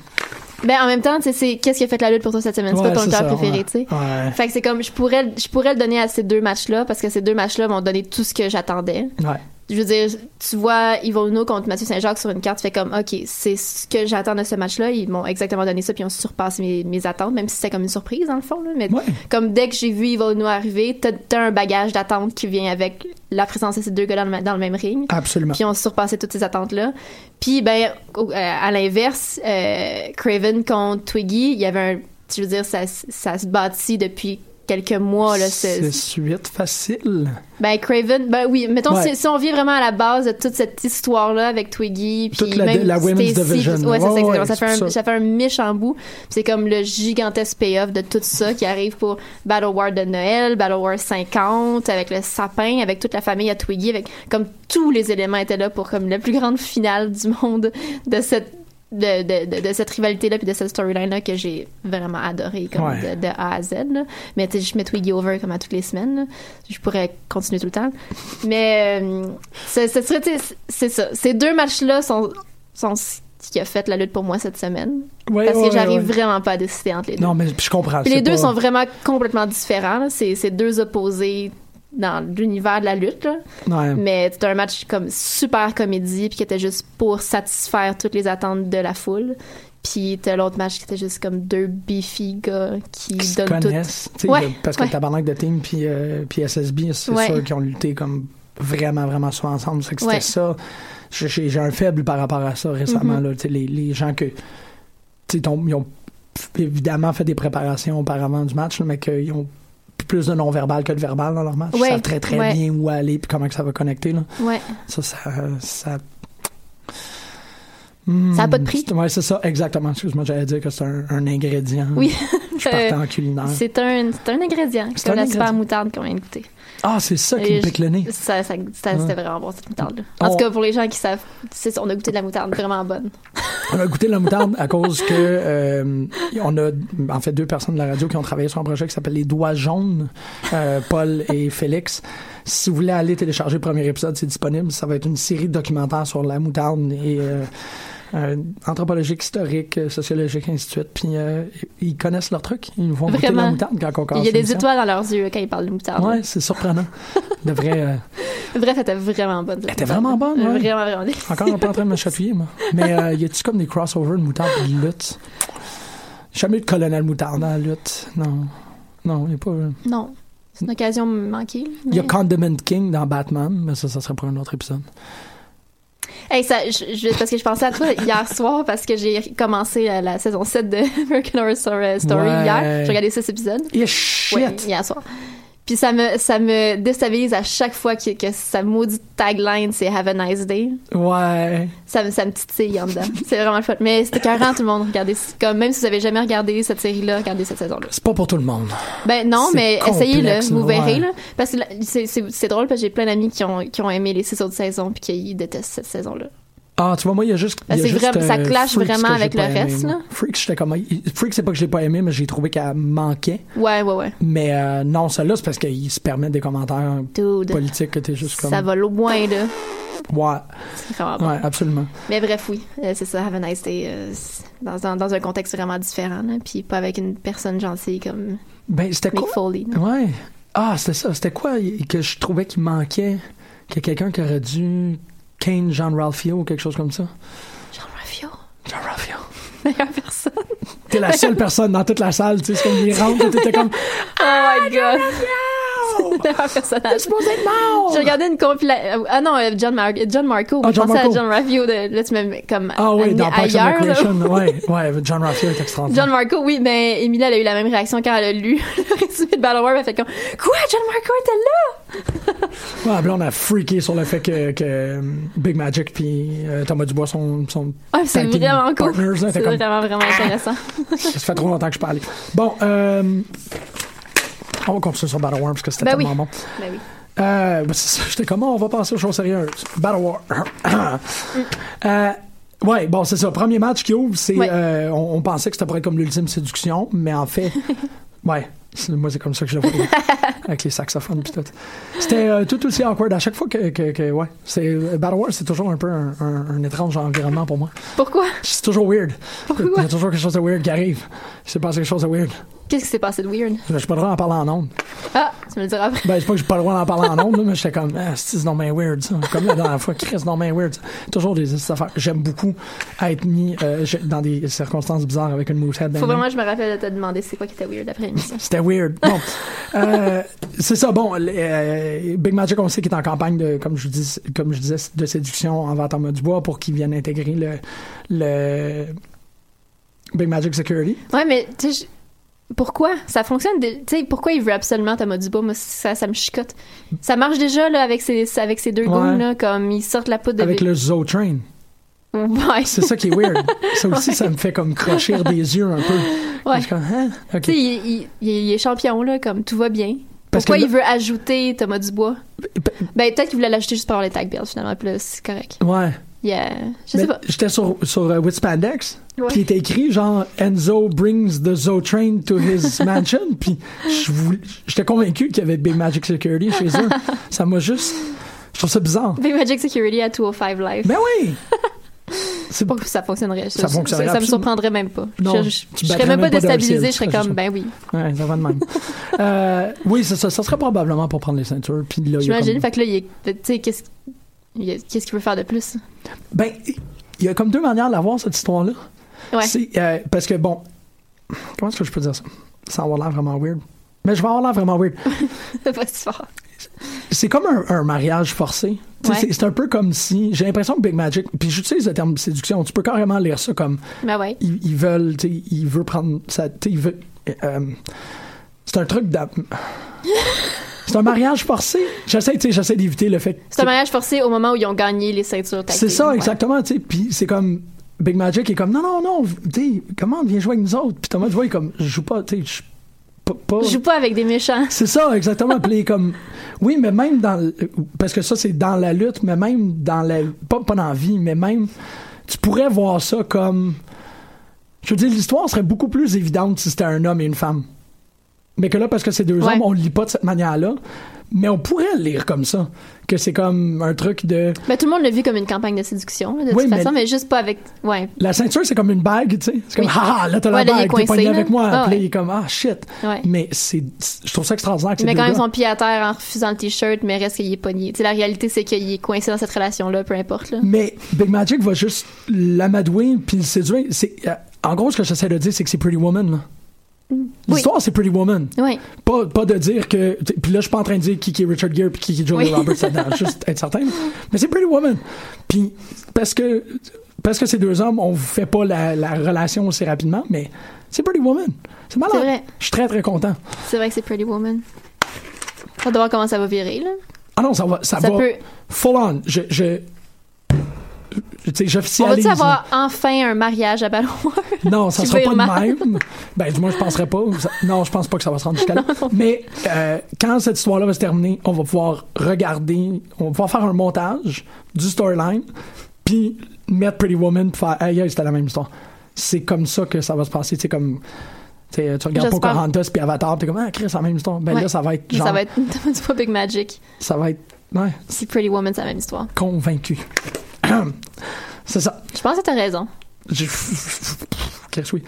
Ben en même temps, tu sais, c'est qu'est-ce qui a fait la lutte pour toi cette semaine? c'est
Ouais,
pas ton
ça,
lutteur préféré,
ouais.
tu sais.
Ouais.
Fait que c'est comme, je pourrais, je pourrais le donner à ces deux matchs-là, parce que ces deux matchs-là m'ont donné tout ce que j'attendais.
Ouais.
Je veux dire, tu vois Yvon Uno contre Mathieu Saint-Jacques sur une carte, tu fais comme, OK, c'est ce que j'attends de ce match-là. Ils m'ont exactement donné ça, puis ils ont surpassé mes, mes attentes, même si c'était comme une surprise, dans le fond. Là. Mais
Ouais.
comme dès que j'ai vu Yvon Uno arriver, t'as- t'as un bagage d'attente qui vient avec la présence de ces deux gars dans le, ma- dans le même ring.
Absolument.
Puis on surpassait toutes ces attentes-là. Puis, ben, au- euh, à l'inverse, euh, Craven contre Twiggy, il y avait un. Je veux dire, ça, s- ça se bâtit depuis quelques mois. Là, ce-
6-8 facile.
Ben, Craven, ben oui, mettons,
Ouais.
si, si on vient vraiment à la base de toute cette histoire-là avec Twiggy, puis
Toute la-
même
la Women's
Stacy,
Division.
Ouais, c'est
Ouais,
ça, exactement.
ouais,
ça, fait
c'est
un,
ça.
ça fait un miche en bout. Puis c'est comme le gigantesque payoff de tout ça qui arrive pour Battle War de Noël, Battle War 50, avec le sapin, avec toute la famille à Twiggy, avec comme tous les éléments étaient là pour comme la plus grande finale du monde de cette de, de, de, de cette rivalité-là puis de cette storyline-là que j'ai vraiment adoré comme
Ouais.
de, de A à Z. là. Mais tu sais, je mets Twiggy over comme à toutes les semaines. là. Je pourrais continuer tout le temps. Mais euh, ce, ce serait, tu sais, c'est ça. Ces deux matchs-là sont, sont ce qui a fait la lutte pour moi cette semaine.
Ouais,
parce que
ouais,
j'arrive
ouais.
vraiment pas à décider entre les deux.
Non, mais je comprends.
Puis
c'est
les deux
pas-
sont vraiment complètement différents. là. C'est c'est deux opposés dans l'univers de la lutte. là.
Ouais.
Mais c'était un match comme super comédie, puis qui était juste pour satisfaire toutes les attentes de la foule. Puis t'as l'autre match qui était juste comme deux beefy gars qui,
qui se
donnent tout.
connaissent. tu sais,
Ouais,
de- parce que
ouais.
Tabarnak de Team puis, euh, puis SSB, c'est
Ouais.
sûr qu'ils ont lutté comme vraiment, vraiment souvent ensemble. Fait que c'était
Ouais.
ça. J'ai- J'ai j'ai un faible par rapport à ça récemment.
Mhm.
là. Tu sais, les, les gens que. tu sais, t'ont- Ils ont f- évidemment fait des préparations auparavant du match, là, mais qu'ils ont plus de non-verbal que de verbal dans leur match.
Ouais,
Ils savent très, très
ouais.
bien où aller puis comment que ça va connecter. Là.
Ouais.
Ça, ça. Ça
Ça a pas de prix.
Oui, c'est ça, exactement. Excuse-moi, j'allais dire que c'est un, un ingrédient.
Oui.
Je partais en culinaire.
Euh, C'est un, c'est un ingrédient,
C'est
comme
un
la super
ingrédient.
moutarde qu'on vient de goûter.
Ah, c'est ça qui
Et
me pique le nez.
je- Ça, ça- ça- c'était vraiment bon, cette moutarde-là. En
On-
tout cas, pour les gens qui savent, c'est ça, on a goûté de la moutarde vraiment bonne.
On a goûté de la moutarde à cause que euh, on a en fait deux personnes de la radio qui ont travaillé sur un projet qui s'appelle Les Doigts Jaunes, euh, Paul et Félix. Si vous voulez aller télécharger le premier épisode, c'est disponible. Ça va être une série de documentaires sur la moutarde et euh, euh, anthropologique, historique, euh, sociologique, ainsi de suite. Puis euh, ils connaissent leur truc. Ils nous font goûter de la
Vraiment.
moutarde quand on commence.
Il y a des
l'émission.
étoiles dans leurs yeux quand ils parlent de moutarde.
Ah, Ouais, c'est surprenant. De vrai, euh,
Bref, elle était vraiment bonne. cette
Elle était
moutarde-là.
vraiment bonne, ouais.
Vraiment, vraiment bonne.
Encore un peu en train de me chatouiller, moi. Mais euh, y a-tu comme des crossovers de moutarde et de lutte? Jamais eu de colonel moutarde dans la lutte. Non. Non, y a pas.
[laughs] Non, c'est une occasion manquée.
Il y a
mais-
Condiment King dans Batman, mais ça, ça serait pour un autre épisode.
Hey, ça, je, je- parce que je pensais à toi hier [laughs] soir parce que j'ai commencé euh, la, la saison 7 de [laughs] American Horror Story euh, Story
Ouais.
hier. J'ai regardé 6 épisodes.
Et shit!
Ouais, hier soir. Puis ça me, ça me déstabilise à chaque fois que, que sa maudite tagline c'est Have a nice day.
Ouais.
Ça me, ça me titille en dedans. C'est vraiment le fun. Mais c'était carrément tout le monde. Regardez, c'est comme même si vous avez jamais regardé cette série-là, regardez cette saison-là.
C'est pas pour tout le monde.
Ben non,
C'est
mais
complexe,
essayez-le, vous
ouais.
verrez. Là, parce que là, c'est- c'est c'est drôle parce que j'ai plein d'amis qui ont, qui ont aimé les six autres saisons puis qui détestent cette saison-là.
Ah, tu vois, moi, il y a juste. il y a
Ben, C'est
juste, euh,
vrai- ça clash
Freaks
vraiment
que j'ai
avec
pas
le
aimé,
reste,
moi.
là.
Freaks, j'étais comme. Freaks, c'est pas que j'ai pas aimé, mais j'ai trouvé qu'elle manquait.
Ouais, ouais, ouais.
Mais euh, non, celle-là, c'est parce qu'ils se permettent des commentaires
Dude,
politiques que t'es juste comme.
ça va loin, là.
Ouais,
C'est vraiment bon.
ouais, absolument.
Mais bref, oui, euh, c'est ça, Have a nice day, euh, c'est dans, dans, dans un contexte vraiment différent, là, puis pas avec une personne gentille comme
Ben, c'était
Mick
cool.
Foley. là.
Ouais. Ah, c'était ça. C'était quoi y- que je trouvais qu'il manquait Que quelqu'un qui aurait dû. Kane, Jean Ralphio ou quelque chose comme ça
Jean Raffio,
Jean Ralphio.
[laughs] meilleure personne.
T'es la seule personne dans toute la salle, tu sais, c'est comme il rentre, t'étais comme.
Oh
Ah,
my god! [laughs] meilleur personnage. J'ai regardé une compilation. Ah non, euh, John, Mar- John Marco.
Ah,
je
John
pensais
Marco.
à John Raffio. De... Là, tu me mets comme
Ah oui,
amené
dans Parks and
ailleurs. là.
Recreation.
[laughs]
ouais, ouais, John Ralphio est extraordinaire.
John Marco, oui, mais Emilie, elle a eu la même réaction quand elle a lu [laughs] le résumé de Battle War. Elle fait comme Quoi, John Marco était là?
Ouais, là, on a freaké sur le fait que, que euh, Big Magic puis euh, Thomas Dubois sont. sont
Ah, c'est
tag team
vraiment cool.
partners, là, t'es
C'est
comme- Ah,
vraiment, vraiment intéressant.
Ça fait trop longtemps que je parle. Bon, euh, on va continuer sur Battle War parce que c'était
Ben oui.
tellement bon.
Ben oui.
Euh, ben, c'est ça, [laughs] J'étais comment on va passer aux choses sérieuses. Battle War. [clears throat] Euh, ouais, bon, c'est ça. Premier match qui ouvre, c'est.
Ouais.
euh, on, on pensait que ça pourrait être comme l'ultime séduction, mais en
[laughs]
fait. ouais. c'est- Moi, c'est comme ça que je le vois. avec les saxophones puis tout. C'était euh, tout aussi awkward. À chaque fois que. que- que- ouais. c'est- euh, Battle War, c'est toujours un peu un, un- un étrange environnement pour moi.
Pourquoi?
C'est toujours weird.
Pourquoi?
Il y a toujours quelque chose de weird qui arrive. Il s'est passé quelque chose de weird.
Qu'est-ce qui s'est passé de weird?
Je n'ai pas le droit d'en parler en ondes.
Ah, tu me le diras après.
Ben, c'est pas que j'ai pas le droit d'en parler en ondes, là, mais j'étais comme, ah, c'est c'est non, mais weird, ça. Comme la dernière fois, Chris, non, mais weird. ça. Toujours des des affaires. J'aime beaucoup être mis euh, j'ai- dans des circonstances bizarres avec une moussette. dans
Faut
les mains.
vraiment que je me rappelle de te demander c'est quoi qui était weird après l'émission.
C'était weird. Bon, euh, c'est ça. Bon, l- euh, Big Magic, on sait qu'il est en campagne de, comme je vous dis, comme je disais, de séduction envers Thomas Dubois pour qu'il vienne intégrer le, le Big Magic Security.
Ouais, mais tu sais, je- pourquoi ça fonctionne de- tu sais pourquoi il veut absolument Thomas Dubois moi ça ça me chicote ça marche déjà là avec ces avec ces deux
Ouais.
goons là comme ils sortent la poudre de
Avec le Zo Train.
[laughs] ouais
C'est ça qui est weird. Ça aussi, ça me fait comme crochir des yeux un peu. Je
ouais
suis comme, hein? OK.
tu sais il, il- il- il est champion là comme tout va bien
Parce
pourquoi
que-
il veut ajouter Thomas Dubois
Pe-
ben peut-être qu'il voulait l'ajouter juste pour avoir les tag belts finalement puis là c'est correct
Ouais.
il y a- je sais
Mais
pas
J'étais sur, sur euh, With Spandex,
Ouais.
puis il était écrit genre Enzo brings the Zo train to
[laughs]
his mansion, puis je voulais- j'étais convaincu qu'il y avait Big Magic Security chez
[laughs]
eux. Ça m'a juste. Je trouve ça bizarre.
Big Magic Security à 205 Live
Ben oui! C'est
Pas que ça fonctionnerait. Ça,
Ça fonctionnerait
ça- ça me
absolument.
surprendrait même pas.
Non,
je, je-
tu
je serais
battrais
même
même
pas
pas Darcy
déstabilisée. Je
Hill,
serais
ça,
comme,
c'est
ben oui.
Ouais, ça va de même. Euh, oui, c'est ça. Ça serait probablement pour prendre les ceintures. Puis là, il y a
J'imagine.
comme-
Fait que là, il est- tu sais, qu'est-ce il est- qu'est-ce qu'il veut faire de plus? [laughs]
Ben, il y a comme deux manières de la voir, cette histoire-là.
Ouais.
C'est, euh, parce que, bon, comment est-ce que je peux dire ça? Sans avoir l'air vraiment weird. Mais je vais avoir l'air vraiment weird.
C'est [laughs] pas si fort.
C'est comme un, un mariage forcé. Tu sais,
Ouais.
C'est c'est un peu comme si. J'ai l'impression que Big Magic. Puis j'utilise le terme séduction. Tu peux carrément lire ça comme.
Ben ouais.
Ils, ils veulent. Tu sais, ils veulent prendre. Ça, tu sais, ils veulent- euh, c'est un truc
[laughs]
d'am- C'est un mariage forcé. J'essaie, tu sais, j'essaie d'éviter le fait.
C'est un mariage forcé au moment où ils ont gagné les ceintures tag
C'est
team.
ça,
Ouais.
exactement, tu sais. Puis c'est comme. Big Magic est comme, non, non, non, tu sais, comment viens jouer avec nous autres? Puis Thomas, tu vois, il est comme, je joue pas, tu sais, je suis pas- pas.
Je joue pas avec des méchants.
C'est ça, exactement. Puis il est comme. Oui, mais même dans. le- Parce que ça, c'est dans la lutte, mais même dans la. Pas, pas dans la vie, mais même. Tu pourrais voir ça comme. Je veux dire, l'histoire serait beaucoup plus évidente si c'était un homme et une femme. Mais que là, parce que c'est deux
Ouais.
hommes, on le lit pas de cette manière-là. Mais on pourrait le lire comme ça. Que c'est comme un truc de.
Ben, tout le monde l'a vu comme une campagne de séduction, là, de
Oui,
toute
mais-
façon, mais juste pas avec. Ouais.
La ceinture, c'est comme une bague, tu sais. C'est comme,
Oui.
haha, là, t'as
Ouais,
la
là, il est
bague, t'es
coincé,
pogné
là.
avec moi.
Ah,
Puis là,
ouais.
il est comme, ah, shit.
Ouais.
Mais c'est. Je trouve ça extraordinaire que c'est
Il met quand
deux
même
gars.
son pied à terre en refusant le t-shirt, mais reste qu'il est pogné. Tu sais, la réalité, c'est qu'il est coincé dans cette relation-là, peu importe. Là.
Mais Big Magic va juste l'amadouer puis le séduire. C'est, euh, en gros, ce que j'essaie de dire, c'est que c'est Pretty Woman. là. L'histoire, c'est Pretty Woman.
Ouais.
Pas, pas de dire que. t- Puis là, je suis pas en train de dire qui, qui est Richard Gere puis qui, qui est Julia
Oui.
Roberts là-dedans.
[laughs]
juste être certain. Mais c'est Pretty Woman. Puis parce que, parce que ces deux hommes, on vous fait pas la, la relation aussi rapidement, mais c'est Pretty Woman. C'est malade.
C'est vrai.
Je suis très, très content.
C'est vrai que c'est Pretty Woman. On va voir comment ça va virer, là.
Ah non, ça va. Ça,
Ça
va
peut.
Full on. Je. je tu sais,
On va-tu
j'officialise, là.
avoir enfin un mariage à Ballon
Non, ça
[laughs] Tu
sera
veux
pas
y
de même. Ben, du moins, je penserais pas. Ça- Non, je pense pas que ça va se rendre
[laughs]
jusqu'à là. Mais euh, quand cette histoire-là va se terminer, on va pouvoir regarder, on va pouvoir faire un montage du storyline, puis mettre Pretty Woman, puis faire Aïe, aïe, c'était la même histoire. C'est comme ça que ça va se passer. C'est comme. tu sais, tu regardes
J'espère.
Pocahontas puis Avatar, t'es comme, ah, Chris, c'est la même histoire. Ben
Ouais.
là, ça va être genre.
Ça va être [laughs] Thomas Dubois Big Magic.
ça va être, ouais,
C'est Pretty Woman, c'est la même histoire.
convaincu. [clears throat] c'est ça.
Je pense que t'as raison.
J'ai- Qu'est-ce que oui.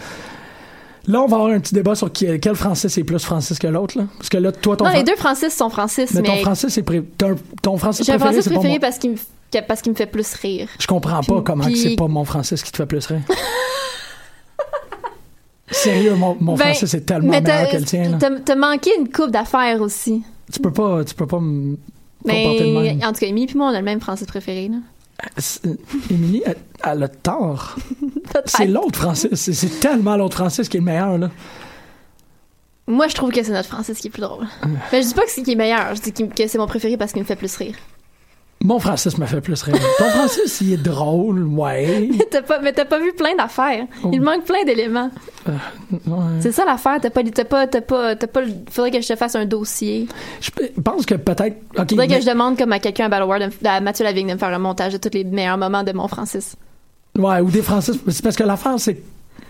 Là, on va avoir un petit débat sur qui- quel Francis est plus Francis que l'autre. là. Parce que là, toi, ton,
non, les
Fran-
deux Francis sont Francis,
mais
mais,
ton Francis est pré- t'as- ton Francis
j'ai un
préféré,
Francis
c'est pas
préféré
moi.
parce qu'il me f- parce qu'il me fait plus rire.
Je comprends pas
Puis-
comment que c'est
puis-
pas mon Francis qui te fait plus rire. Sérieux, mon, mon
Ben,
Francis est tellement
mais
meilleur
t'as-
que le tien. là.
t'as- T'as manqué une coupe d'affaires aussi.
Tu peux pas, tu peux pas me comporter de
Mais
même.
en tout cas, Émilie puis moi, on Ben, a le même Francis préféré. là.
C'est- Émilie, elle, elle a tort. c'est l'autre Francis. C'est- C'est tellement l'autre Francis qui est le meilleur. Là.
Moi, je trouve que c'est notre Francis qui est plus
[laughs]
drôle. mais je dis pas que c'est qui est meilleur. Je dis qu'il- que c'est mon préféré parce qu'il me fait plus rire.
Mon Francis me fait plus rire. Ton Francis, il est drôle, ouais.
[laughs] T'as pas, mais t'as pas vu plein d'affaires.
Oh.
Il manque plein d'éléments.
Mm. Ouais.
C'est ça l'affaire. T'as pas, t'as pas, t'as pas, t'as pas. le- Faudrait que je te fasse un dossier.
Je p- pense que peut-être. ok,
Faudrait
mais-
que je demande comme à quelqu'un à Battle World, de me- à Mathieu Lavigne, de me faire un montage de tous les meilleurs moments de mon Francis.
Ouais, ou des Francis. C'est parce que l'affaire, c'est.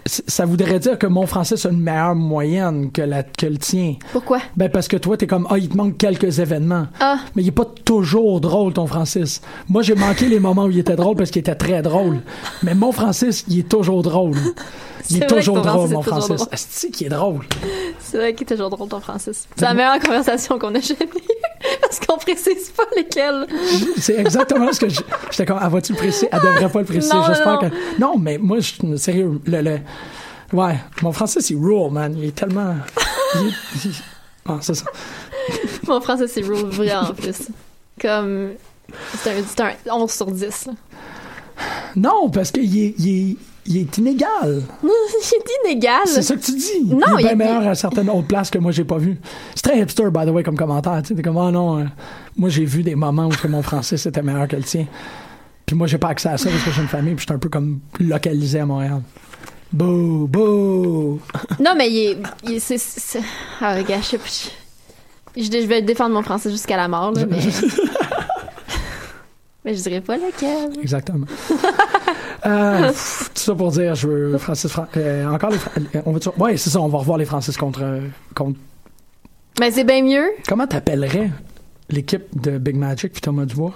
c'est- Ça voudrait dire que mon Francis a une meilleure moyenne que, la, que le tien.
Pourquoi?
Ben, parce que toi, t'es comme, ah, il te manque quelques événements.
Ah.
Mais il est pas toujours drôle, ton Francis. Moi, j'ai manqué les moments où il était drôle parce qu'il était très drôle. Mais mon Francis, il est toujours drôle. Il
C'est
est,
vrai
toujours
que ton
drôle,
Francis est
mon
toujours
Francis.
drôle.
Asti qui est drôle.
C'est vrai qu'il est toujours drôle, ton Francis. C'est la meilleure conversation qu'on a jamais eue. [laughs] Parce qu'on précise pas lesquels.
C'est exactement ce que je- j'étais comme. Ah, vas-tu le préciser? Elle devrait pas le préciser.
Non, non,
J'espère
non.
que. Non, mais moi, je sérieux. Le, le- Ouais, mon Francis, il rule, man. Il est tellement. il est- il- Ah, c'est ça.
Mon Francis, c'est real vrai en plus. Comme. C'est un, c'est un 11 sur 10. là. [laughs]
Non, parce qu'il est, il est- il est inégal.
c'est inégal.
C'est ça que tu dis.
Ah, Non,
il est
il
bien
est-
meilleur à certaines autres places que moi j'ai pas vu. C'est très hipster, by the way, comme commentaire. Tu sais, t'es comme, ah non, euh, moi j'ai vu des moments où que mon français c'était meilleur que le tien. Puis moi j'ai pas accès à ça parce que j'ai une famille, puis je suis un peu comme localisé à Montréal. Beau, beau.
Non, mais il est. il est- c'est- c'est- Ah, regarde, je sais pas. Je, je- je vais défendre mon français jusqu'à la
[laughs]
mort, là, mais. [laughs] mais je dirais pas lequel. [laughs]
Exactement. Euh, pff, tout ça pour dire, je veux Francis. Fra- euh, encore les. Fra- euh, on va ouais, c'est ça, on va revoir les Francis contre. euh, contre
Mais c'est bien mieux.
comment t'appellerais l'équipe de Big Magic puis Thomas Dubois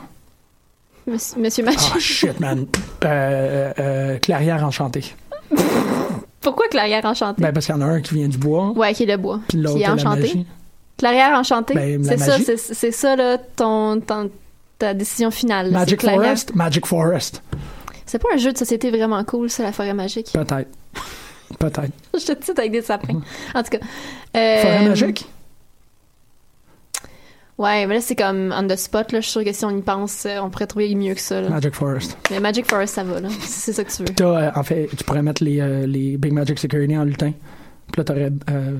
Monsieur, Monsieur Mathieu. [laughs]
Ah shit, man. Euh, euh, Clairière enchantée.
Pourquoi Clairière enchantée?
Ben, parce qu'il y en a un qui vient du bois,
ouais, qui est le bois.
puis l'autre de
Qui est
la
enchanté.
magie.
Clairière enchantée.
Ben, la
c'est ça,
magie.
c'est, c'est ça, là, ton, ton- ta décision finale. là,
Magic
c'est Clairière.
Forest, Magic Forest.
C'est pas un jeu de société vraiment cool, ça, la forêt magique.
Peut-être. Peut-être.
[laughs] je te dis avec des sapins. En tout cas. euh,
Mmh. Forêt magique?
Ouais, mais là, c'est comme on the spot, là. Je suis sûre que si on y pense, euh, on pourrait trouver mieux que ça, là.
Magic Forest.
Mais Magic Forest, ça va, là. C'est ça que tu veux.
T'as, euh, en fait, tu pourrais mettre les, euh, les Big Magic Security en lutin. Puis là, t'aurais euh,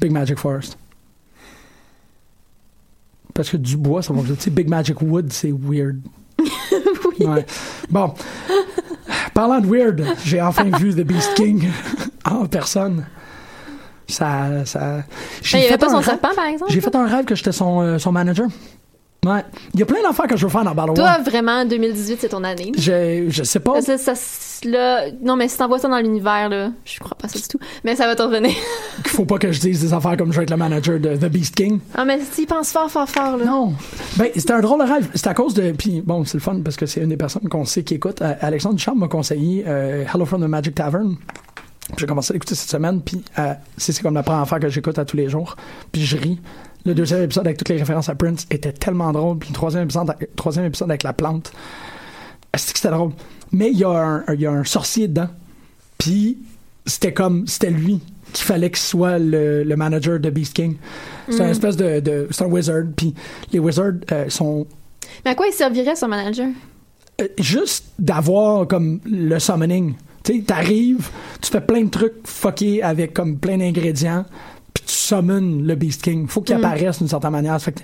Big Magic Forest. Parce que du bois, ça va. Tu sais, Big Magic Wood, c'est weird. [laughs] oui.
[laughs]
Bon. Parlant de weird, j'ai enfin vu The Beast King [laughs] en personne. Ça. ça... J'ai
Mais Ben, il avait
fait
pas
un
son hein,
rêve-
serpent, par exemple?
J'ai fait un rêve que j'étais son, euh, son manager. Ouais. Il y a plein d'affaires que je veux faire dans Battle
Toi,
Royale.
vraiment, 2018, c'est ton année.
Je, je sais pas.
Parce que ça, là, non, mais si t'envoies ça dans l'univers, là, je crois pas ça du tout. Mais ça va te
[laughs]
revenir.
faut pas que je dise des affaires comme je vais être le manager de The Beast King.
Ah, mais si, pense fort, fort, fort, là.
Non. Ben, c'était un drôle de rêve. C'est à cause de. Puis bon, c'est le fun parce que c'est une des personnes qu'on sait qui écoute. Euh, Alexandre Duchamp m'a conseillé euh, Hello from the Magic Tavern. Puis J'ai commencé à l'écouter cette semaine, puis euh, c'est c'est comme la première affaire que j'écoute à tous les jours. Puis je ris. Le deuxième épisode avec toutes les références à Prince était tellement drôle, puis le troisième épisode, euh, troisième épisode avec la plante. Est-ce que c'était drôle? Mais il y, a un- il y a un sorcier dedans. Puis c'était comme c'était lui qu'il fallait qu'il soit le, le manager de Beast King. C'est
Mm.
un espèce de, de- c'est un wizard. Puis les wizards euh, sont
Mais à quoi il servirait, son manager?
euh, juste d'avoir comme le summoning. Tu sais, t'arrives, tu fais plein de trucs fuckés avec comme plein d'ingrédients. Puis tu summons le Beast King. Faut qu'il apparaisse d'une certaine manière. Ça fait que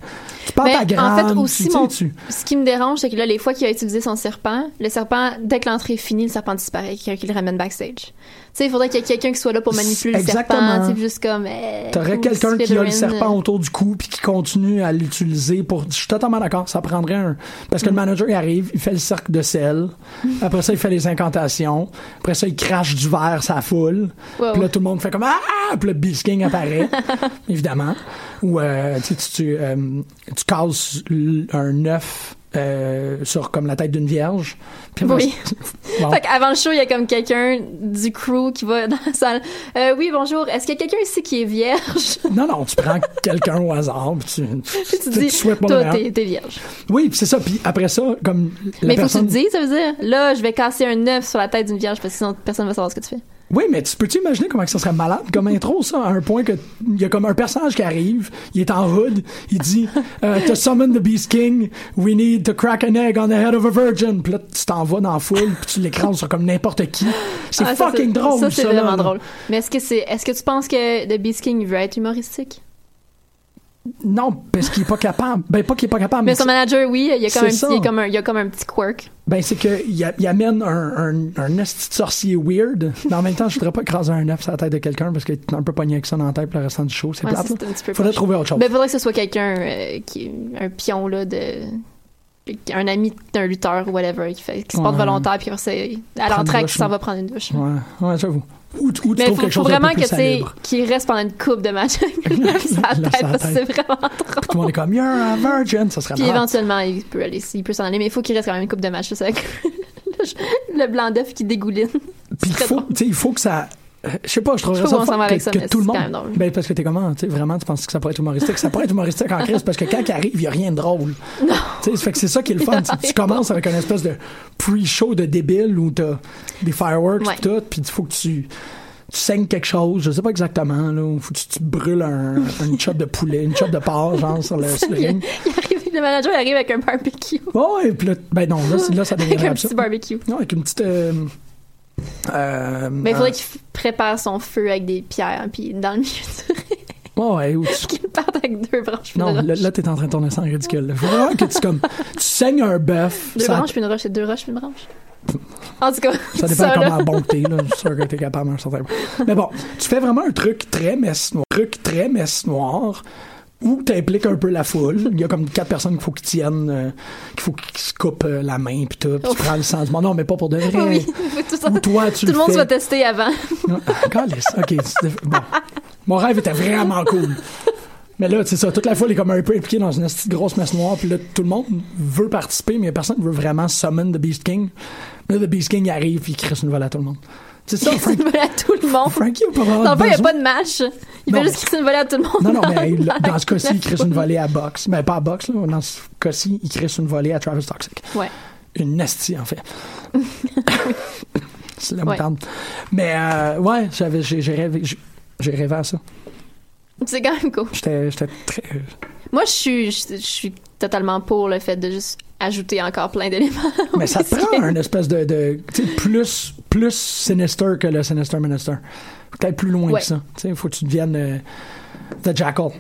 tu parles
Mm. Ben,
ta grande.
en fait, aussi,
tu sais,
mon-
tu-
ce qui me dérange, c'est que là, les fois qu'il a utilisé son serpent, le serpent, dès que l'entrée est finie, le serpent disparaît, quelqu'un qui le ramène backstage. Tu sais, il faudrait qu'il y ait quelqu'un qui soit là pour manipuler le
Exactement.
serpent, tu sais, puis juste comme. euh,
T'aurais
ou
quelqu'un qui a le
Slytherin,
serpent
euh,
autour du cou puis qui continue à l'utiliser pour. Je suis totalement d'accord. Ça prendrait un. Parce que
Mm.
le manager, il arrive, il fait le cercle de sel. Après ça, il fait les incantations. Après ça, il crache du verre, sa foule.
Wow.
Puis là, tout le monde fait comme Ah! ah! Puis le Beast King apparaît,
[laughs]
évidemment. Ou euh, tu, sais, tu, tu, euh, tu casses l- un œuf euh, sur comme la tête d'une vierge. Puis après
Oui.
ça-
[laughs]
Bon.
Fait qu'avant le show, il y a comme quelqu'un du crew qui va [laughs] dans la salle. Euh, oui, bonjour. Est-ce qu'il y a quelqu'un ici qui est vierge? [laughs]
Non, non, tu prends quelqu'un au hasard. Puis tu,
Puis [laughs] tu
tu- tu
dis,
souhaites pas le meilleur.
toi, t'es t'es vierge.
Oui, puis c'est ça. Puis après ça, comme. la
Mais faut
personne-
que tu le dises, ça veut dire, là, je vais casser un œuf sur la tête d'une vierge parce que sinon, personne va savoir ce que tu fais.
Oui, mais tu peux-tu imaginer comment que ça serait malade comme intro, ça, à un point que il y a comme un personnage qui arrive, il est en hood, il dit
[laughs]
euh, To summon the Beast King, we need to crack an egg on the head of a virgin. Puis là, tu t'en vas dans la foule, puis tu l'écrases sur comme n'importe qui. C'est
Ah, ça,
fucking drôle,
Ça, c'est
là.
vraiment drôle. Mais est-ce que c'est, est-ce que tu penses que The Beast King veut être humoristique?
Non, parce qu'il est pas capable. Ben, pas qu'il est pas capable,
Mais
mais
son manager, oui, il y a comme
C'est ça.
un petit, il y a comme un, il y a comme un petit quirk.
ben, c'est qu'il amène un, un, un esti de sorcier weird, mais en même temps, je voudrais pas écraser un œuf sur la tête de quelqu'un parce qu'il est un peu pogné avec ça dans la tête pour le restant du show. C'est
Ouais,
plate,
ça,
là.
c'est un petit peu
Faudrait
poche.
trouver autre chose.
Ben, faudrait que ce soit quelqu'un euh, qui est un pion, là, de. Un ami d'un lutteur ou whatever qui, fait, qui se porte
Ouais.
volontaire, puis après ça, à
une
l'entrée,
douche,
qui s'en
là.
va prendre une douche.
Ouais, ouais, j'avoue. Ou, tu- ou tu
Mais
trouves
faut,
quelque
faut
chose d'un peu
vraiment que
plus
tu sais,
salubre.
qu'il reste pendant une coupe de match
[laughs]
avec le lève sa
Le lève
tête,
sa
parce que c'est
tête.
vraiment
Tout le
drôle.
monde est comme You're a virgin, ça serait
Puis
marrant.
éventuellement, il peut aller, il peut s'en aller, mais il faut qu'il reste quand même une coupe de match, juste avec [laughs] le, le blanc d'œuf qui dégouline.
Puis il
très
faut,
drôle.
tu sais, il faut que ça. euh, Je sais pas, je trouverais
Je sais
ça
pas où on s'en
fort
va
que,
avec ça,
que
mais
tout le
c'est
monde.
quand même drôle.
Ben, parce que t'es comment, tu sais, vraiment, tu penses que ça pourrait être humoristique. Ça pourrait être humoristique en crise parce que quand il arrive, il n'y a rien de drôle. Non. Tu sais, ça fait que c'est ça qui est le
[laughs]
fun. Tu- Tu commences avec un espèce de pre-show de débile où t'as des fireworks
Ouais.
pis tout, puis il faut que tu. Tu saignes quelque chose, je sais pas exactement, là, où faut que tu, tu brûles un, une chop de poulet, une chop de porc, genre,
[laughs]
sur le, sur le
Il,
ring.
il arrive, le manager il arrive avec un barbecue.
Ouais, et puis là, ben non, là, c'est- là ça devient
[laughs] Avec un
absurde.
petit barbecue.
Non, avec une petite. euh, Euh,
Mais Ben, il faudrait
euh,
qu'il f- prépare son feu avec des pierres, puis dans le milieu du ring,
ouais, ou tu-
[laughs] qu'il parte avec deux branches. puis
Non,
une roche.
là, là, t'es en train de tourner ça en ridicule. là. Faut vraiment que tu, comme, tu saignes un bœuf.
Deux
Ça,
branches, puis une roche, c'est deux roches, puis une branche. En tout cas,
[laughs] ça dépend
là.
comment bon que t'es, là. Je suis sûr que t'es capable à un certain point. Mais bon, tu fais vraiment un truc très messe noire. Truc très messe noire. Où t'impliques un peu la foule. Il y a comme quatre personnes qu'il faut qu'ils tiennent, euh, qu'il faut qu'ils se coupent euh, la main, puis tout, puis tu prends le sens du monde. Non, mais pas pour de vrai.
Oh. [laughs] Oui, tout, ça-
Ou toi, tu
tout le monde
fais.
se va tester avant.
Non, calisse. OK. tu def- Bon. Mon rêve était vraiment cool. Mais là, c'est ça, toute la foule est comme un peu impliquée dans une petite grosse masse noire, puis là, tout le monde veut participer, mais il y a personne qui veut vraiment summon The Beast King. Mais là, The Beast King arrive, puis il crée une volée à tout le monde. C'est ça,
[laughs] C'est
Frank-
une volée à tout le monde.
Frankie a pas vraiment
Dans le fond, il n'y a
besoin-
pas de match. Il
Oh, Non,
fait
mais-
juste crisser une volée à tout le monde.
Non, non,
[laughs]
mais il-
la-
dans ce cas-ci, il crée une
foule.
volée à Box. Mais pas à Box, là. Dans ce cas-ci, il crée une volée à Travis Toxic.
Ouais.
Une nasty, en
[laughs]
fait. c'est la
Ouais.
moutarde. Mais, euh, ouais, j'avais- j'ai j'ai rêvé, j'ai- j'ai rêvé à ça.
C'est quand même cool.
J'étais j'étais très.
Moi, je suis, je, je suis totalement pour le fait de juste ajouter encore plein d'éléments. [laughs]
Mais ça te
Parce
prend hein.
que-
un espèce de. de tu sais, plus, plus sinister que le Sinister Minister. Peut-être plus loin
Ouais.
que ça. Tu sais, faut que tu deviennes euh, The Jackal.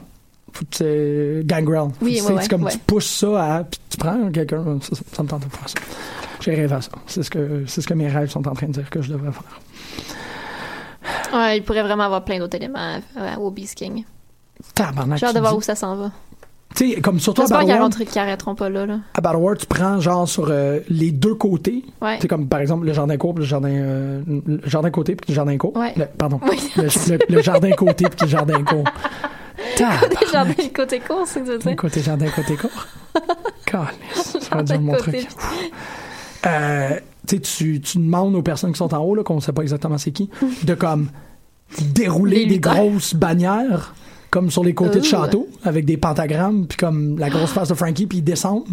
Faut que tu. euh, Gangrel. Faut
Oui,
que tu-
ouais,
c'est
ouais,
comme
ouais.
tu pousses ça à. Puis tu prends quelqu'un. Ça, ça- ça me tente de faire ça. J'ai rêvé à ça. C'est ce, que, c'est ce que mes rêves sont en train de dire que je devrais faire.
Ouais, il pourrait vraiment avoir plein d'autres éléments à- à- au Beast King.
Ah, Tabarnak.
J'ai hâte de
tu
voir
dis-
où ça s'en va.
Tu sais, comme surtout à
J'espère qu'il y
Battle
a un
World,
truc qui arrêteront pas là. là.
à Battle World, tu prends genre sur euh, les deux côtés.
Ouais.
Tu sais, comme par exemple le jardin court, puis le jardin, euh, le jardin côté, puis le jardin court.
Ouais.
Le- pardon.
Oui.
le, le-
[laughs]
le jardin côté puis le jardin court. Tabarnak.
Genre le côté court, c'est que tu veux dire.
Côté jardin côté court.
[laughs]
Calisse, ça va dire mon
Côté-
truc. Euh, tu sais, tu, tu demandes aux personnes qui sont en haut, là, qu'on ne sait pas exactement c'est
[laughs]
qui, de comme dérouler
Les
des
lutteurs.
grosses bannières comme sur les côtés de
Ouh. Ah.
château avec des pentagrammes puis comme la grosse face de Frankie puis ils descendent.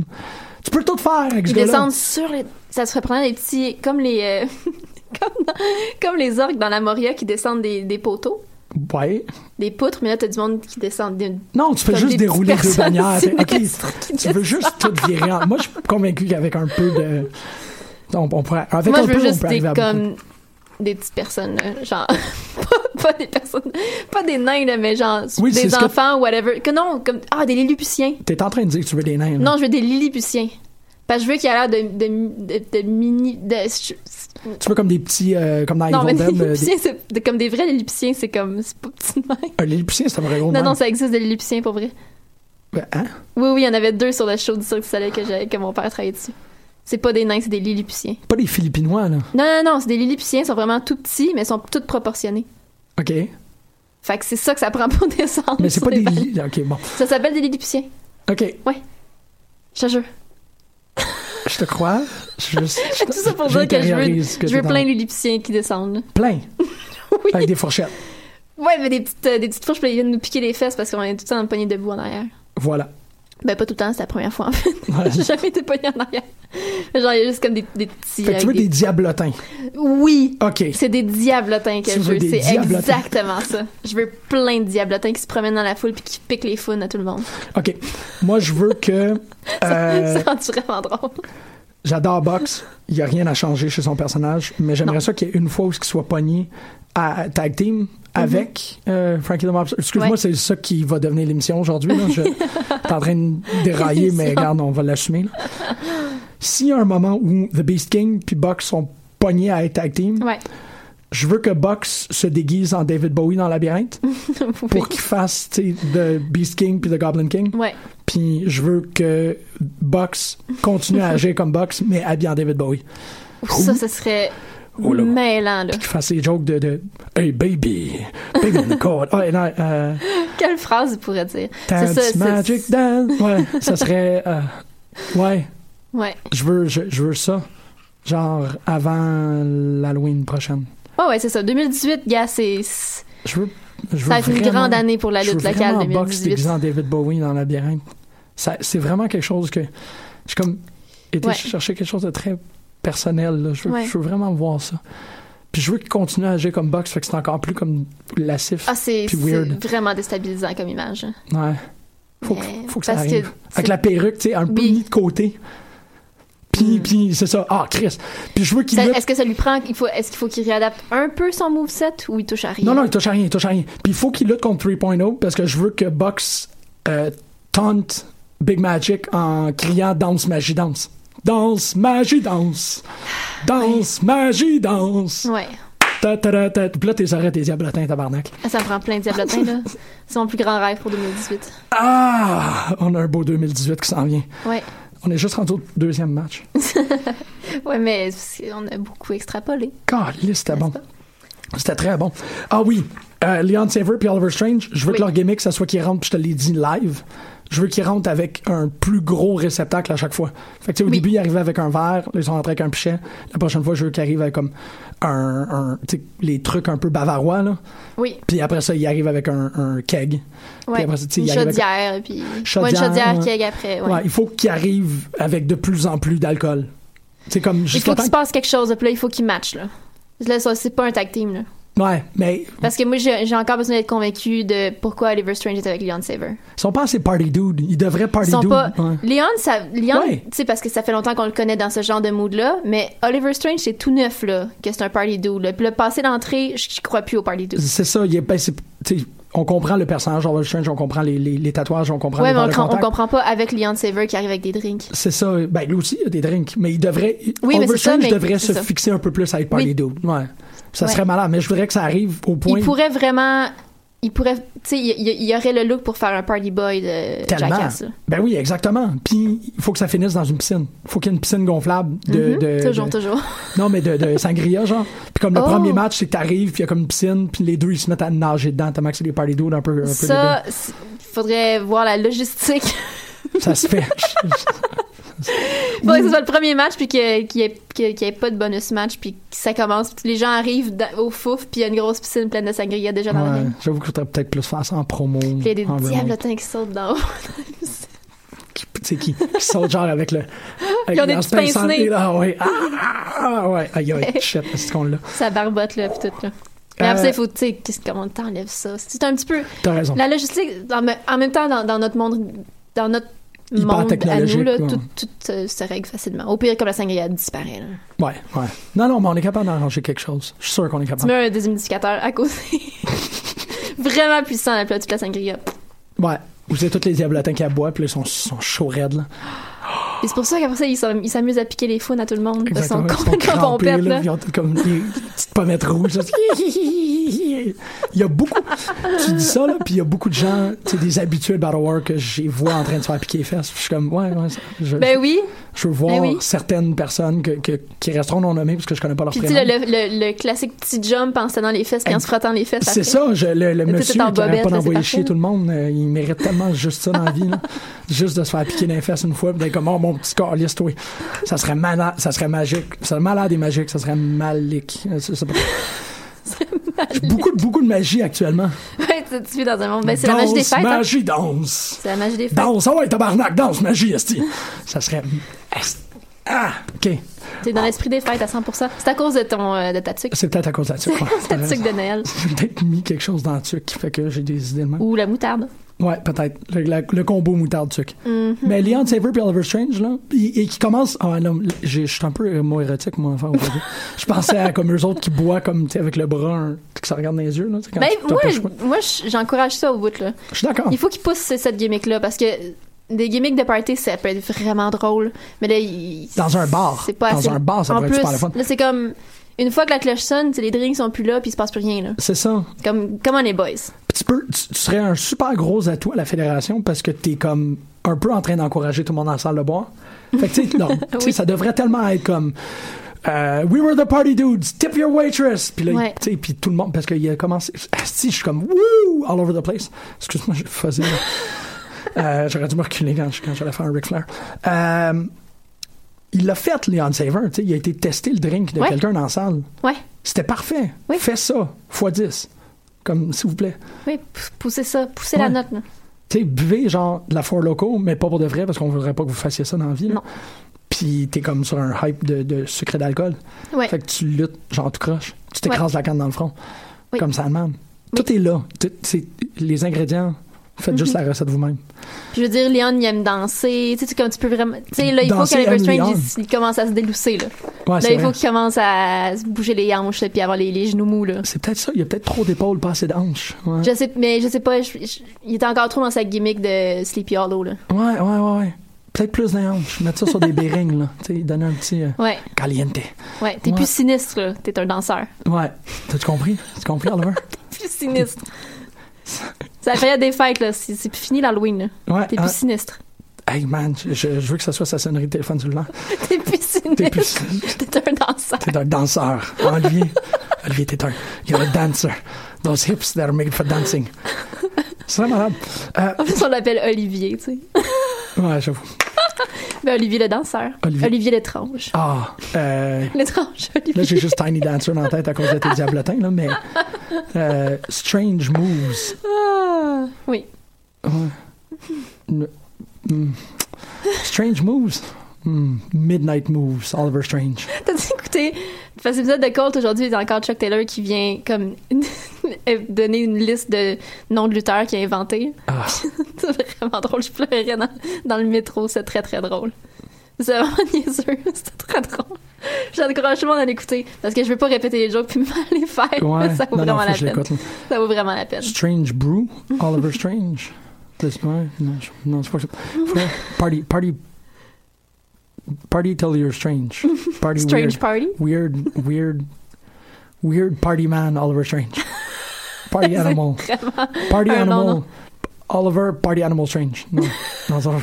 Tu peux tout faire avec ce
Ils
gars-là.
descendent sur les. Ça se ferait prendre des petits. Comme les. euh, [laughs] comme, dans- comme les orques dans la Moria qui descendent des, des poteaux,
Ouais.
des poutres, mais là, t'as du monde qui descend d'une.
Non, tu fais
Comme
juste
des petites
dérouler deux
personnes
bannières. Fait- ok,
sinistres qui
tu veux juste tout virer. en- Moi, je suis convaincu qu'avec un peu de. On, on pourrait, avec
Moi,
un
je veux
peu, on
juste
peut
des
arriver à beaucoup.
comme. Des petites personnes, là, genre. [laughs] pas, pas des personnes. Pas des nains, là, mais genre.
Oui, c'est
des
ce que- Mm-hmm.
enfants, whatever. Que non, comme. Ah, des Lilliputiens.
T'es en train de dire que tu veux des nains. là.
Non, je veux des Lilliputiens. Parce que je veux qu'il y ait l'air de, de, de, de mini. de- je-
Tu veux comme des petits. euh, comme dans
non, mais
Evil
des
Dead. euh,
Lilliputiens, c'est de- comme des vrais Lilliputiens, c'est comme. C'est pas petit de même.
des- Un Lilliputien, Euh, c'est un vrai gros
Non,
nain.
non, ça existe des Lilliputiens pour vrai.
Ben, hein?
Oui, oui, il y en avait deux sur le show du Cirque du Soleil que, j'avais- que mon père travaillait dessus. C'est pas des nains, c'est des Lilliputiens.
Pas des Philippinois, là.
Non, non, non, c'est des Lilliputiens, ils sont vraiment tout petits, mais ils sont toutes proportionnés.
OK.
Fait que c'est ça que ça prend pour [laughs] descendre.
Mais c'est
sur
pas
les
des.
balles.
li- OK, bon.
Ça s'appelle des Lilliputiens.
OK,
Je te jure.
je te crois. Je, je, je-
[laughs] Tout ça pour dire que je veux,
j'intériorise ce que
je veux
t'es
plein
dans-
de Lilliputiens qui descendent. là. [laughs]
Plein.
Oui.
Avec des fourchettes.
Ouais, mais des petites, euh, des petites fourches, puis ils viennent nous piquer les fesses parce qu'on est tout le temps pognés debout en arrière.
Voilà.
Ben, pas tout le temps, c'est la première fois en fait.
Ouais.
[laughs] J'ai jamais été pognée en arrière. Mais Genre, il y a juste comme des, des petits.
Fait que tu veux
avec
des diablotins.
des- Oui!
OK.
C'est des diablotins que
Tu
je
veux
veux,
des
c'est
diablotins.
exactement ça. Je veux plein de diablotins qui se promènent dans la foule puis qui piquent les founes à tout le monde.
OK. Moi, je veux que. euh,
[laughs] Ça rend vraiment drôle.
J'adore Box. Il n'y a rien à changer chez son personnage, mais j'aimerais ça qu'il y ait une fois où il soit pogné à à tag team avec euh, Frankie the Mobster. Excuse-moi,
Mhm. Ouais.
c'est ça qui va devenir l'émission aujourd'hui. là.
[laughs]
Je t'es en train de dérailler, mais regarde, on va l'assumer. là. S'il y a un moment où The Beast King puis Box sont pognés à être tag team,
[laughs] Ouais.
je veux que Box se déguise en David Bowie dans Labyrinthe
Oui.
pour qu'il fasse tu sais, The Beast King puis The Goblin King.
Ouais.
Puis je veux que Box continue
[laughs]
à agir comme Box, mais habillé en David Bowie.
Ça, ça serait
Oh là.
mêlant, là.
qui fasse des jokes de, de Hey baby, baby on the court. Ouais, non, euh,
[laughs] Quelle phrase il pourrait dire?
dance
ça, c'est-
magic dance. Ouais, ça serait. euh, ouais,
Ouais.
je veux, je, je veux ça. Genre avant l'Halloween prochaine.
Ouais, ouais, c'est ça. 2018, gars, c'est. Ça
Je veux. Je veux
va être une
vraiment-
grande année pour la
je veux
lutte locale
vraiment Box
2018.
déguisé en David Bowie dans le labyrinthe. Ça- C'est vraiment quelque chose que. J'ai comme été
Ouais.
chercher quelque chose de très personnel. là. Je, veux,
Ouais.
je veux vraiment voir ça. Puis je veux qu'il continue à agir comme Box, fait que c'est encore plus comme lassif.
Ah, c'est
Puis
c'est
weird.
vraiment déstabilisant comme image.
Ouais. Faut,
Mais-
que- faut que ça
Euh, parce que
arrive.
c'est-
Avec la perruque, tu sais, un peu
Oui.
mis de côté. Puis, puis c'est ça. Ah, Chris. Puis je veux qu'il
Hmm. Ça-
lutte.
Est-ce que ça lui prend. Il faut, est-ce qu'il faut qu'il réadapte un peu son moveset ou il touche à rien?
Non, non, il touche à rien, il touche à rien. Puis il faut qu'il lutte contre 3.0 parce que je veux que Box euh, taunt Big Magic en criant Danse, magie, danse. Danse, magie, danse. Danse, magie, danse.
Ouais.
Ta, ta, ta, ta. Puis là, tes oreilles, tes diablotins, tabarnak.
Ah, Ça me prend plein de
[laughs]
diablotins, là. C'est mon plus grand rêve pour 2018.
Ah! On a un beau 2018 qui s'en vient.
Ouais.
On est juste rendu au deuxième match.
Ouais, mais c'est- on a beaucoup extrapolé.
Caliste, c'était Ah bon. C'était très bon. Ah oui, euh, Leon Saver puis Oliver Strange, je veux
Oui.
que leur gimmick, ça soit qu'ils rentrent, puis je te l'ai dit live. Je veux qu'ils rentrent avec un plus gros réceptacle à chaque fois. Fait que, tu sais, au
Oui.
début, ils arrivaient avec un verre, là, ils sont rentrés avec un pichet. La prochaine fois, je veux qu'ils arrivent avec comme un. un- tu sais, les trucs un peu bavarois, là.
Oui.
Puis après ça, ils arrivent avec un, un keg.
Ouais.
après ça, tu sais,
une
il arrive avec-
chaudière, et puis.
Chaudière,
ouais, une chaudière
ouais.
qui est après. Ouais.
Ouais, il faut qu'ils arrivent avec de plus en plus d'alcool. C'est comme
il
juste
faut qu'il se passe quelque chose, là, puis là, il faut qu'il match, là. Là, ça, c'est pas un tag team, là.
Ouais, mais
Parce que moi, j'ai j'ai encore besoin d'être convaincu de pourquoi Oliver Strange est avec Leon Saver.
ils sont pas assez party dude. Ils devraient party
Ils sont
dude.
pas.
Ah, ouais.
Leon, ça, Leon,
Ouais.
tu sais, parce que ça fait longtemps qu'on le connaît dans ce genre de mood-là, mais Oliver Strange, c'est tout neuf, là, que c'est un party dude. Là. Puis le passé d'entrée, je je crois plus au party dude.
C'est ça, il est, ben, c'est- tu sais, on comprend le personnage, on voit le change, on comprend les, les- les tatouages, on comprend
Ouais,
les
mais on,
verres de
com- on
contact.
comprend pas avec Leon Saver qui arrive avec des drinks.
C'est ça, ben lui aussi, il a des drinks, mais il devrait.
Oui, mais c'est ça,
Overstrange
mais
devrait
c'est
se
ça.
fixer un peu plus à être party
Oui.
dude. Ouais. Ça
Ouais.
serait malade, mais je voudrais que ça arrive au point.
Il pourrait vraiment. Il pourrait. Tu sais, il y, il y aurait le look pour faire un party boy de
Tellement.
Jackass, là.
Ben oui, exactement. Puis il faut que ça finisse dans une piscine. Il faut qu'il y ait une piscine gonflable de.
Mhm.
de-
toujours,
de-
toujours.
Non, mais de, de sangria, genre. Puis comme le
Oh.
premier match, c'est que t'arrives, puis il y a comme une piscine, puis les deux, ils se mettent à nager dedans, tellement que c'est des party dudes un peu. un peu débiles.
Ça, c'est- faudrait voir la logistique. [laughs]
Ça se fait.
Faudrait que ce soit le premier match, puis que- qu'il n'y ait, que- qu'il y ait pas de bonus match, puis que ça commence. Puis les gens arrivent dans- au fouf, puis il y a une grosse piscine pleine de sangria déjà dans la
Ouais, Ah, ben
ring.
J'avoue que je voudrais peut-être plus faire ça en promo.
Puis il y a des
en remote.
diablotins qui sautent d'en haut.
qui, tu sais, qui, qui sautent genre avec
[laughs]
le. Avec
Ils ont des
leur
petits pinces
pince en-
nez.
et là, Ah ouais. Ah, ah, ah, ouais. Aïe,
[laughs]
aïe, shit, c'est ce qu'on l'a.
[laughs] Ça barbote, là, puis tout, là. Mais
Euh,
après ça, il faut, tu sais, qu'est-ce qu'on t'enlève ça? C'est un petit peu.
T'as raison.
La logistique, en, me- en même temps, dans, dans notre monde. Dans notre
Hyper
monde à
technologique,
nous, là,
ouais.
tout, tout, euh, se règle facilement. Au pire, comme la sangria disparaît, là.
Ouais, ouais. Non, non, mais on est capable d'arranger quelque chose. Je suis sûr qu'on est
Tu
capable.
mets un déshumidificateur à côté.
[laughs]
Vraiment puissant, là, puis là, toute la sangria.
Ouais. Vous avez tous les diablotins qui aboient, puis là, ils sont, sont chauds raides, là.
Et c'est pour ça qu'après ça, ils s'am- ils s'amusent à piquer les faunes à tout le monde. Ils sont
Ils sont
[laughs] complètement
crampés,
pompettes,
là,
là.
puis Ils ont toutes comme des petites pommettes rouges. là. [laughs] Il y a beaucoup. Tu dis ça, là, puis il y a beaucoup de gens, tu sais, des habitués de Battle War que j'ai vois en train de se faire piquer les fesses. Je suis comme, ouais, ouais. ça- Je,
Ben oui.
je veux voir
ben oui.
certaines personnes que, que- qui resteront non nommées parce que je connais pas leur
Puis tu
prénom.
sais, le, le, le- le classique petit jump en se tenant les fesses puis en se frottant les fesses.
C'est ça,
après.
je- le, le
tout est
monsieur qui
en
n'arrête
bobette,
pas
là,
d'envoyer
c'est
chier
parfait.
tout le monde, euh, il mérite tellement juste ça dans la vie. là. Juste de se faire piquer dans les fesses une fois, puis d'être comme, oh mon petit calice, toi. Ça serait malade, ça serait magique. Ça serait malade et magique, ça serait malique. Euh, c'est- c'est
[laughs]
pas- J'ai beaucoup, beaucoup de magie actuellement.
[laughs] Ouais, tu tu vis dans un monde. Ben, c'est la magie des
Danse,
fêtes. hein.
Magie, danse.
C'est la magie des fêtes.
Danse, ah ouais, tabarnak, danse, magie, esti. Ça serait. esti. Ah, ok.
T'es dans l'esprit des fêtes à 100%. C'est à cause de ton euh, de ta tuque.
C'est peut-être à cause de la Euh, tuque. ouais.
[laughs] ta tuque de Noël.
[laughs] J'ai peut-être mis quelque chose dans la tuque qui fait que j'ai des idées de même.
Ou la moutarde.
Ouais, peut-être. Le, la- le combo moutarde tuc.
Mm-hmm.
Mais Leon Saver et Oliver Strange, là, et, qui commence. Ah non, j'ai- je suis un peu mot érotique, moi, enfin,
[laughs]
aujourd'hui. je pensais à comme eux autres qui boivent comme, tu sais, avec le bras, un- qui se regardent dans les yeux, là. tu sais, quand
Ben,
tu- t'as
moi,
pas le
je-
choix.
moi je- j'encourage ça au bout, là.
Je suis d'accord.
Il faut qu'ils poussent ce- cette gimmick-là parce que des gimmicks de party, ça peut être vraiment drôle. Mais là, il-
Dans un bar.
c'est pas
Dans
assez.
un bar, ça
en
pourrait être
plus,
super le fun.
Là, c'est comme une fois que la cloche sonne, tu sais, les drinks sont plus là, puis il se passe plus rien, là.
C'est ça.
Comme, comme on est boys.
Puis tu, peux, tu, tu serais un super gros atout à la fédération parce que t'es comme un peu en train d'encourager tout le monde dans la salle de boire. Fait que tu
[laughs]
sais, non, tu sais, ça devrait tellement être comme euh, We were the party dudes, tip your waitress. Puis là,
Ouais.
tu sais, puis tout le monde, parce qu'il a commencé. Si, je suis comme Woo! All over the place. Excuse-moi, je faisais. euh, J'aurais dû me reculer quand, je- quand j'allais faire un Ric Flair. Euh, il l'a fait, Leon Saver. tu sais, Il a été tester le drink de
Ouais.
quelqu'un dans la salle.
Ouais.
C'était parfait.
Oui.
Fais ça, x 10. Comme, s'il vous plaît.
Oui, p- poussez ça, poussez la
Ouais.
note, là.
tu sais, buvez genre de la Four Loco, mais pas pour de vrai, parce qu'on voudrait pas que vous fassiez ça dans la vie. là.
Non.
Puis t'es comme sur un hype de, de sucre et d'alcool.
Ouais.
Fait que tu luttes, genre tu croches. Tu t'écrases la canne dans le front.
Oui.
Comme ça, man. Tout est là. Tout- c'est- les ingrédients. Faites
Mm-hmm.
juste la recette vous-même.
Puis je veux dire, Leon, il aime danser. Tu sais, tu- comme tu peux vraiment. Tu sais, là, il
Danser
faut que le
aime
Strange
Leon.
il, il commence à se délousser, là.
Ouais,
là,
c'est
Ben, il faut
vrai.
qu'il commence à se bouger les hanches puis avoir les, les genoux mous, là.
C'est peut-être ça. Il y a peut-être trop d'épaules, pas assez d'hanches. Ouais.
Je sais, mais je sais pas, je- je- il était encore trop dans sa gimmick de Sleepy Hollow, là.
ouais, ouais, ouais, ouais. Peut-être plus de hanches. Mettre ça sur
[laughs]
des bearings, là. Tu sais, donner un petit euh,
Ouais,
caliente.
ouais. T'es
Ouais.
plus sinistre, là. T'es un danseur.
Ouais. T'as-tu compris? T'as compris, Oliver?
[laughs] Plus sinistre. Ça fait des fêtes, là. C'est c'est plus fini l'Halloween, là.
Ouais.
T'es
hein.
plus sinistre.
Hey, man, je, je veux que ça soit sa sonnerie de téléphone cellulaire.
[laughs] T'es plus
T'es plus...
sinistre. T'es un danseur.
T'es un danseur. Olivier. Olivier, t'es un... You're a dancer. Those hips that are made for dancing. C'est vraiment malade. Euh,
En plus, on l'appelle Olivier, tu sais.
ouais, j'avoue.
Ben, Olivier le danseur.
Olivier.
Olivier, l'étrange.
Ah, euh,
L'étrange,
là,
Olivier.
j'ai juste Tiny Dancer dans la tête à cause de tes diablotins, là, mais euh, Strange Moves.
Ah, oui.
Ne- hmm. Strange Moves. Hmm. Midnight Moves, Oliver Strange.
[laughs] T'as écouté, parce que l'épisode de Colt aujourd'hui, il y a encore Chuck Taylor qui vient comme [laughs] donner une liste de noms de lutteurs qu'il a inventés.
Ah.
[laughs] c'est vraiment drôle. Je pleurais dans, dans le métro. C'est très, très drôle. C'est vraiment [laughs] niaiseux. C'était très drôle. J'encourage tout le monde à l'écouter parce que je veux pas répéter les jokes puis [laughs] mal les faire.
Ouais,
ça vaut
non, non,
vraiment
faut
la
que je
peine.
l'écoute, là.
Ça vaut vraiment la peine.
Strange Brew, Oliver Strange. This- ouais, non, je- non, c'est pas ça. Faut- Party, party, party till you're strange. Party
Strange Party.
weird, weird, weird, weird party man, Oliver Strange. Party
[laughs]
animal, party
un long
animal,
nom.
Oliver, party animal strange. Non, non, ça va-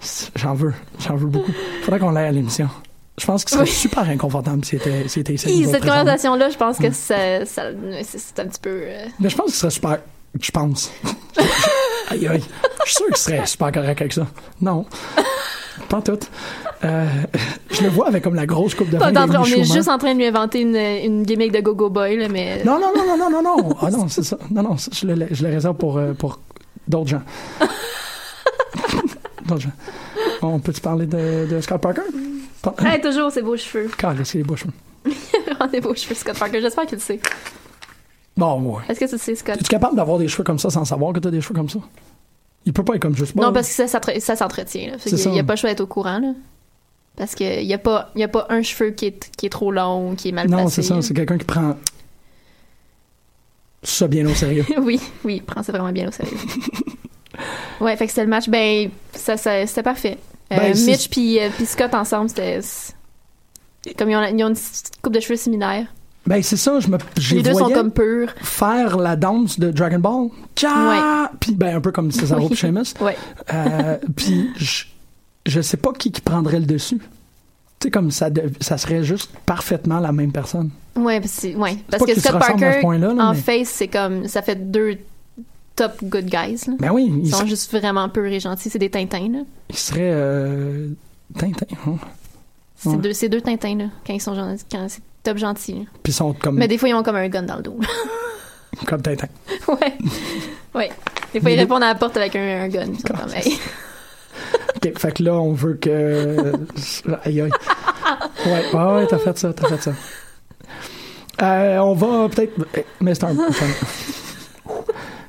c'est- j'en veux, j'en veux beaucoup. Faudrait qu'on l'aille à l'émission. Je pense que ce serait
Oui.
super inconfortable si c'était, si c'était ici.
Hi,
nous autres
cette
présentement.
conversation-là, je pense que ça, ça- c'est c'est un petit peu. euh,
Mais je pense que ce serait super. Je
[laughs]
pense. aïe, aïe. Je suis sûr que ce serait super correct avec ça. Non. Pas tout. Euh, je le vois avec comme la grosse coupe de
on
vin
est en
d'Amy
train- on est
Schumer.
juste en train de lui inventer une, une gimmick de Go-Go Boy, là, mais.
Non, non, non, non, non, non, non. Ah non, c'est ça. Non, non, ça, je le, je le réserve pour, euh, pour d'autres
[laughs]
gens. d'autres gens. On peut-tu parler de, de Scott Parker? Par-
Hey, toujours ses beaux [laughs] cheveux.
Calais, c'est les bouches.
Vraiment des beaux cheveux, Scott Parker. J'espère qu'il le sait.
Bon, ouais.
Est-ce que tu le sais, Scott?
Es-tu capable d'avoir des cheveux comme ça sans savoir que t'as des cheveux comme ça? Il peut pas être comme juste.
Non, parce que ça, s'entre- ça s'entretient. là. Fait
C'est
qu'il- Il n'y
ça.
a pas le choix d'être au courant. Là. Parce qu'il n'y a, pas- il y a pas un cheveu qui est, qui est trop long, qui est mal
Non,
placé.
c'est ça.
là. [laughs]
C'est quelqu'un qui prend ça bien au
[laughs]
sérieux.
oui, oui, prends ça vraiment bien
[laughs]
au sérieux. ouais, fait que c'était le match. Ben, ça, ça- c'était parfait. Euh,
Ben, c'est-
Mitch puis euh, puis Scott ensemble, c'était. c'est- Comme ils ont, ils ont une petite coupe de cheveux similaire.
Ben c'est ça. Je me, je
Les deux sont
voyais
comme purs.
faire la danse de Dragon Ball. Tcha! Puis ben un peu comme Cesaro
Oui.
et Sheamus.
Ouais. [laughs]
Euh, puis je, je sais pas qui qui prendrait le dessus. Tu sais comme ça, dev- ça serait juste parfaitement la même personne.
Ouais, parce, que- ouais. parce
pas
que
qu'ils se
Scott
ressemblent à ce
Parker,
point-là, là,
en
mais-
face, c'est comme. Ça fait deux top good guys. Là.
Ben oui,
Ils
il,
sont
se-
juste vraiment purs et gentils. C'est des Tintins, là.
il serait euh, Tintin. hein.
C'est
Ouais.
deux, c'est deux Tintins, là, quand ils sont gentils. Quand c'est top gentil. là.
Puis ils sont comme
Mais des fois, ils ont comme un gun dans le dos. [laughs]
comme Tintin.
ouais. Ouais. Des fois,
Mais
ils
des-
répondent à la porte avec un, un gun. Ils sont comme, hey.
Ok, fait que là, on veut que. aïe, aïe. Ouais, ouais, ouais, t'as fait ça, t'as fait ça. Euh, on va peut-être. eh, Mais c'est un. c'est un-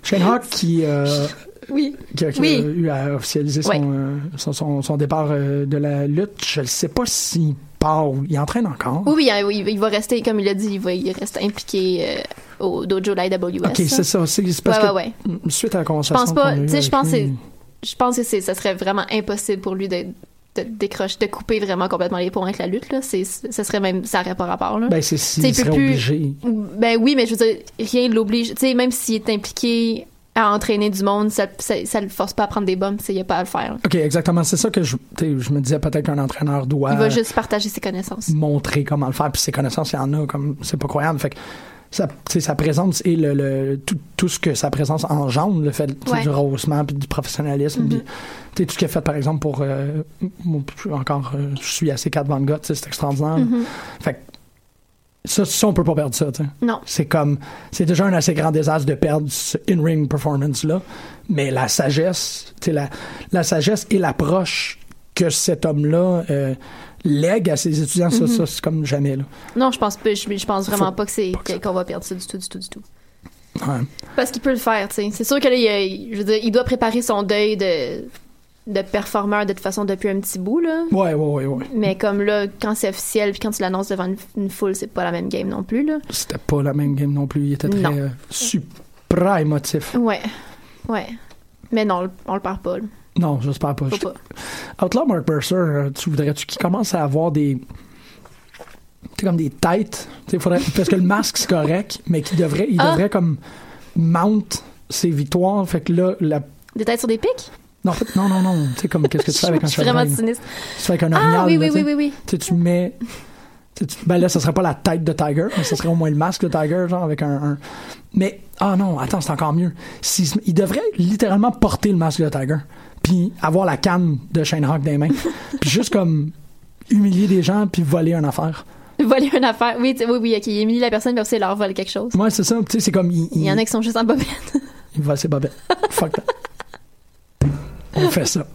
Shane Hawk qui, euh,
Oui.
qui a, qui a
Oui.
eu à officialiser son,
Ouais.
euh, son, son- son départ euh, de la lutte, je ne sais pas s'il part ou il entraîne encore.
Oui, oui, hein, oui, il va rester, comme il l'a dit, il va il reste impliqué euh, au dojo de l'IWS.
ok, c'est
là.
ça. C'est c'est parce
Ouais,
que
ouais,
suite à la
Je
conversation.
pense pas.
qu'on a eue
Tu sais, je
avec
pense que
lui,
c'est- je pense que c'est, ça serait vraiment impossible pour lui de, de décrocher, de couper vraiment complètement les ponts avec la lutte, là. C'est, ça serait même, ça aurait pas rapport, là.
Ben, c'est
Tu sais,
s'il
il peut
serait
plus-
obligé.
Ben oui, mais je veux dire, rien ne l'oblige. Tu sais, même s'il est impliqué à entraîner du monde, ça, ça, ça le force pas à prendre des bombes, tu sais, il n'y a pas à le faire.
Ok, exactement. C'est ça que je, tu sais, je me disais peut-être qu'un entraîneur doit.
Il va juste partager ses connaissances.
montrer comment le faire. Puis ses connaissances, il y en a, comme c'est pas croyable. Fait que sa, tu sais, sa présence et le, le- tout, tout ce que sa présence engendre, le fait tu sais,
Ouais. Mm-hmm.
du rehaussement, puis du professionnalisme, puis tu sais, tout ce qu'il a fait, par exemple, pour. euh, moi, je suis encore, euh, je suis assez 4 Van Gogh, tu sais, c'est extraordinaire.
Mm-hmm.
Fait que ça, ça, on peut pas perdre ça, tu sais.
Non.
C'est comme. C'est déjà un assez grand désastre de perdre ce in-ring performance-là. Mais la sagesse, tu sais, la, la sagesse et l'approche que cet homme-là euh, lègue à ses étudiants, ça,
Mm-hmm.
ça, c'est comme jamais, là.
Non, je pense pas, je, je pense vraiment
Faut
pas que c'est
que ça-
qu'on va perdre ça du tout, du tout, du tout.
Ouais.
Parce qu'il peut le faire, tu sais. C'est sûr que là, il, a- je veux dire, il doit préparer son deuil de, de performeur de toute façon depuis un petit bout, là.
Ouais, ouais, ouais, ouais.
Mais comme là, quand c'est officiel, puis quand tu l'annonces devant une, une foule, c'est pas la même game non plus, là.
C'était pas la même game non plus. Il était
Non.
très euh, supra émotif.
Ouais. Ouais. Mais non, on le- on le perd pas, là.
Non, j'espère pas.
Faut
Je-
pas.
Outlaw Mark Mercer, euh, tu voudrais-tu qu'il commence à avoir des. Tu sais, comme des têtes. Tu sais, faudrait- parce que le masque, c'est correct, mais qu'il devrait, il
Ah.
devrait comme mount ses victoires. Fait que là, la.
Des têtes sur des pics?
Non, en fait, non, non, non. Tu sais, comme qu'est-ce que
Je
tu fais avec un
suis vraiment
cheval?
cynique.
Tu fais avec un orignal.
Ah oui,
là,
oui,
tu
oui,
sais.
oui, oui.
Tu sais, tu mets. tu sais, tu- ben là, ça serait pas la tête de Tiger, mais ça serait au moins le masque de Tiger, genre avec un. un- Mais, ah non, attends, c'est encore mieux. S'il se- il devrait littéralement porter le masque de Tiger, puis avoir la canne de Shane Hawk
[laughs]
des mains, puis juste comme humilier des gens, puis voler une affaire.
Voler une affaire. Oui, [laughs] tu- oui, oui, ok. Il humilie la personne, puis après, il leur vole quelque chose.
Moi, c'est ça, tu sais, c'est comme. Il,
Il y en
il-
a qui sont juste en bobette. [laughs]
il vole ses bobettes. Fuck that. On fait ça.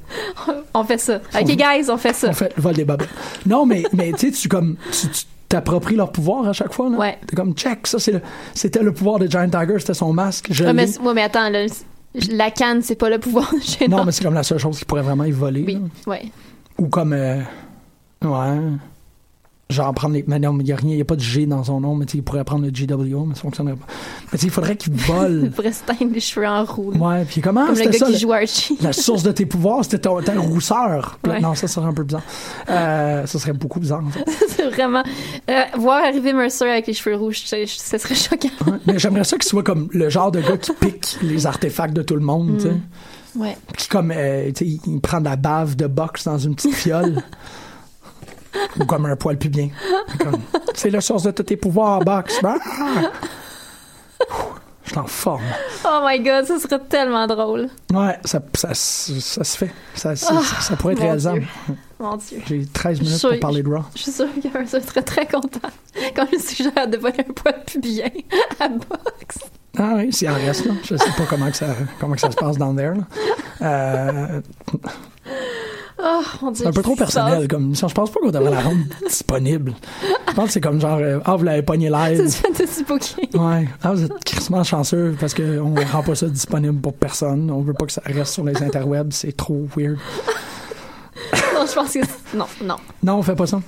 on fait ça. Ok, guys, on fait ça.
On fait le vol des bobettes. Non, mais, mais tu sais, tu comme. Tu, tu t'appropries leur pouvoir à chaque fois, là.
Ouais.
T'es comme, check, ça, c'est le- c'était le pouvoir de Giant Tiger, c'était son masque. Je
Ouais, Ah, mais,
l'ai.
ouais, mais attends, là, la canne, c'est pas le pouvoir [laughs] de chez
Non,
nous.
mais c'est comme la seule chose qui pourrait vraiment y voler.
Oui,
là.
ouais. [laughs]
Ou comme. euh, ouais. Genre prendre les. Mais non, mais il n'y a rien, il n'y a pas de G dans son nom, mais tu sais, il pourrait prendre le GWO, mais ça fonctionnerait pas. Mais tu sais, il faudrait qu'il
Il [laughs]
vole.
pourrait se teindre les cheveux en roue. là.
ouais, puis comment
Comme le
ah, c'était
gars
ça?
qui
le-
joue à Archie.
La source de tes pouvoirs, c'était ton, ta rousseur. Puis là,
Ouais.
Non, ça serait un peu bizarre. Euh, ça serait beaucoup bizarre. en fait.
[laughs] c'est vraiment. euh, voir arriver Mercer avec les cheveux rouges, je- je- ce serait choquant.
Ouais. Mais j'aimerais ça qu'il soit comme le genre de gars qui pique les artefacts de tout le monde, tu
Mm.
sais.
Ouais.
qui comme euh, tu sais, il il prend de la bave de boxe dans une petite fiole ou comme un poil pubien Comme, c'est la source de tous tes pouvoirs boxe Ah! Ouh, je suis en forme
Oh my god, ça serait tellement drôle.
ouais ça, ça, ça, se fait ça, ça- ça pourrait être
Ah, mon
réalisable
Dieu. Mon dieu.
j'ai 13 minutes
Je-
pour parler de Raw
Je suis sûre que Mercer serait très content quand je lui suggère de voler un poids de pubien à boxe.
ah oui c'est en reste là. je sais pas comment que ça, comment que ça se passe dans there là. Euh,
Oh mon dieu.
C'est un peu
qu'est-ce
trop
qui se
personnel comme mission. Je pense pas qu'on devrait la
[laughs]
rendre disponible. Je pense que c'est comme genre, euh, ah, vous l'avez pogné
passe?
live.
C'est du spooky.
Ouais, ah, vous êtes crissement chanceux parce qu'on ne rend pas ça disponible pour personne. On veut pas que ça reste sur les interwebs, c'est trop weird.
Non, je pense que. c'est- Non, non.
Non, on fait pas ça.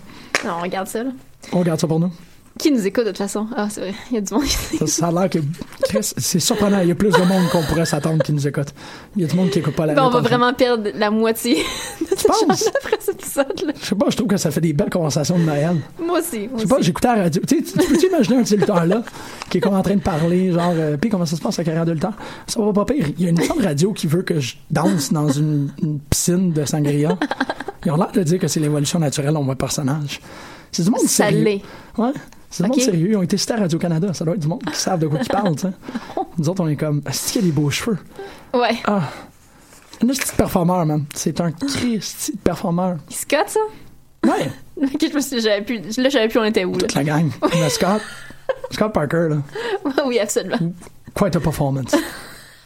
Non, on regarde ça, là.
On garde ça pour nous.
Qui nous écoute de toute façon? Ah, c'est vrai, il y a du monde ici.
Ça, ça a l'air que. Chris, c'est surprenant. Il y a plus de monde qu'on pourrait s'attendre qui nous écoute. Il y a du monde qui écoute pas la
Bon, Ben, on va
l'attention.
vraiment perdre la moitié de cette
penses?
chambre après cet épisode-là.
Je sais pas, je trouve que ça fait des belles conversations de Noël.
Moi aussi. Moi
Je sais pas,
aussi.
j'écoutais la radio. Tu sais, tu- tu
[laughs]
peux-tu imaginer un adulteur là qui est comme en train de parler, genre, euh, puis comment ça se passe la carrière adulteur? Ça va pas pire. Il y a une émission de radio qui veut que je danse dans une, une piscine de sangria. Ils ont l'air de dire que c'est l'évolution naturelle, on voit personnage. C'est du monde
Ça
sérieux.
l'est.
Ouais. C'est du
Ok.
monde sérieux. Ils ont été cités à Radio-Canada. Ça doit être du monde qui savent de quoi ils parlent,
[laughs]
tu sais. Nous autres, on est comme, est-ce qu'il y a des beaux cheveux?
Ouais.
Ah. Un petit performeur, man. C'est un Christy de performeur.
Scott, ça?
Ouais.
Ok, je me suis j'avais plus. Là, j'avais plus, on était où, là?
Toute la gang. Le Scott. Scott Parker, là.
[laughs] oui, absolument.
Quite a performance.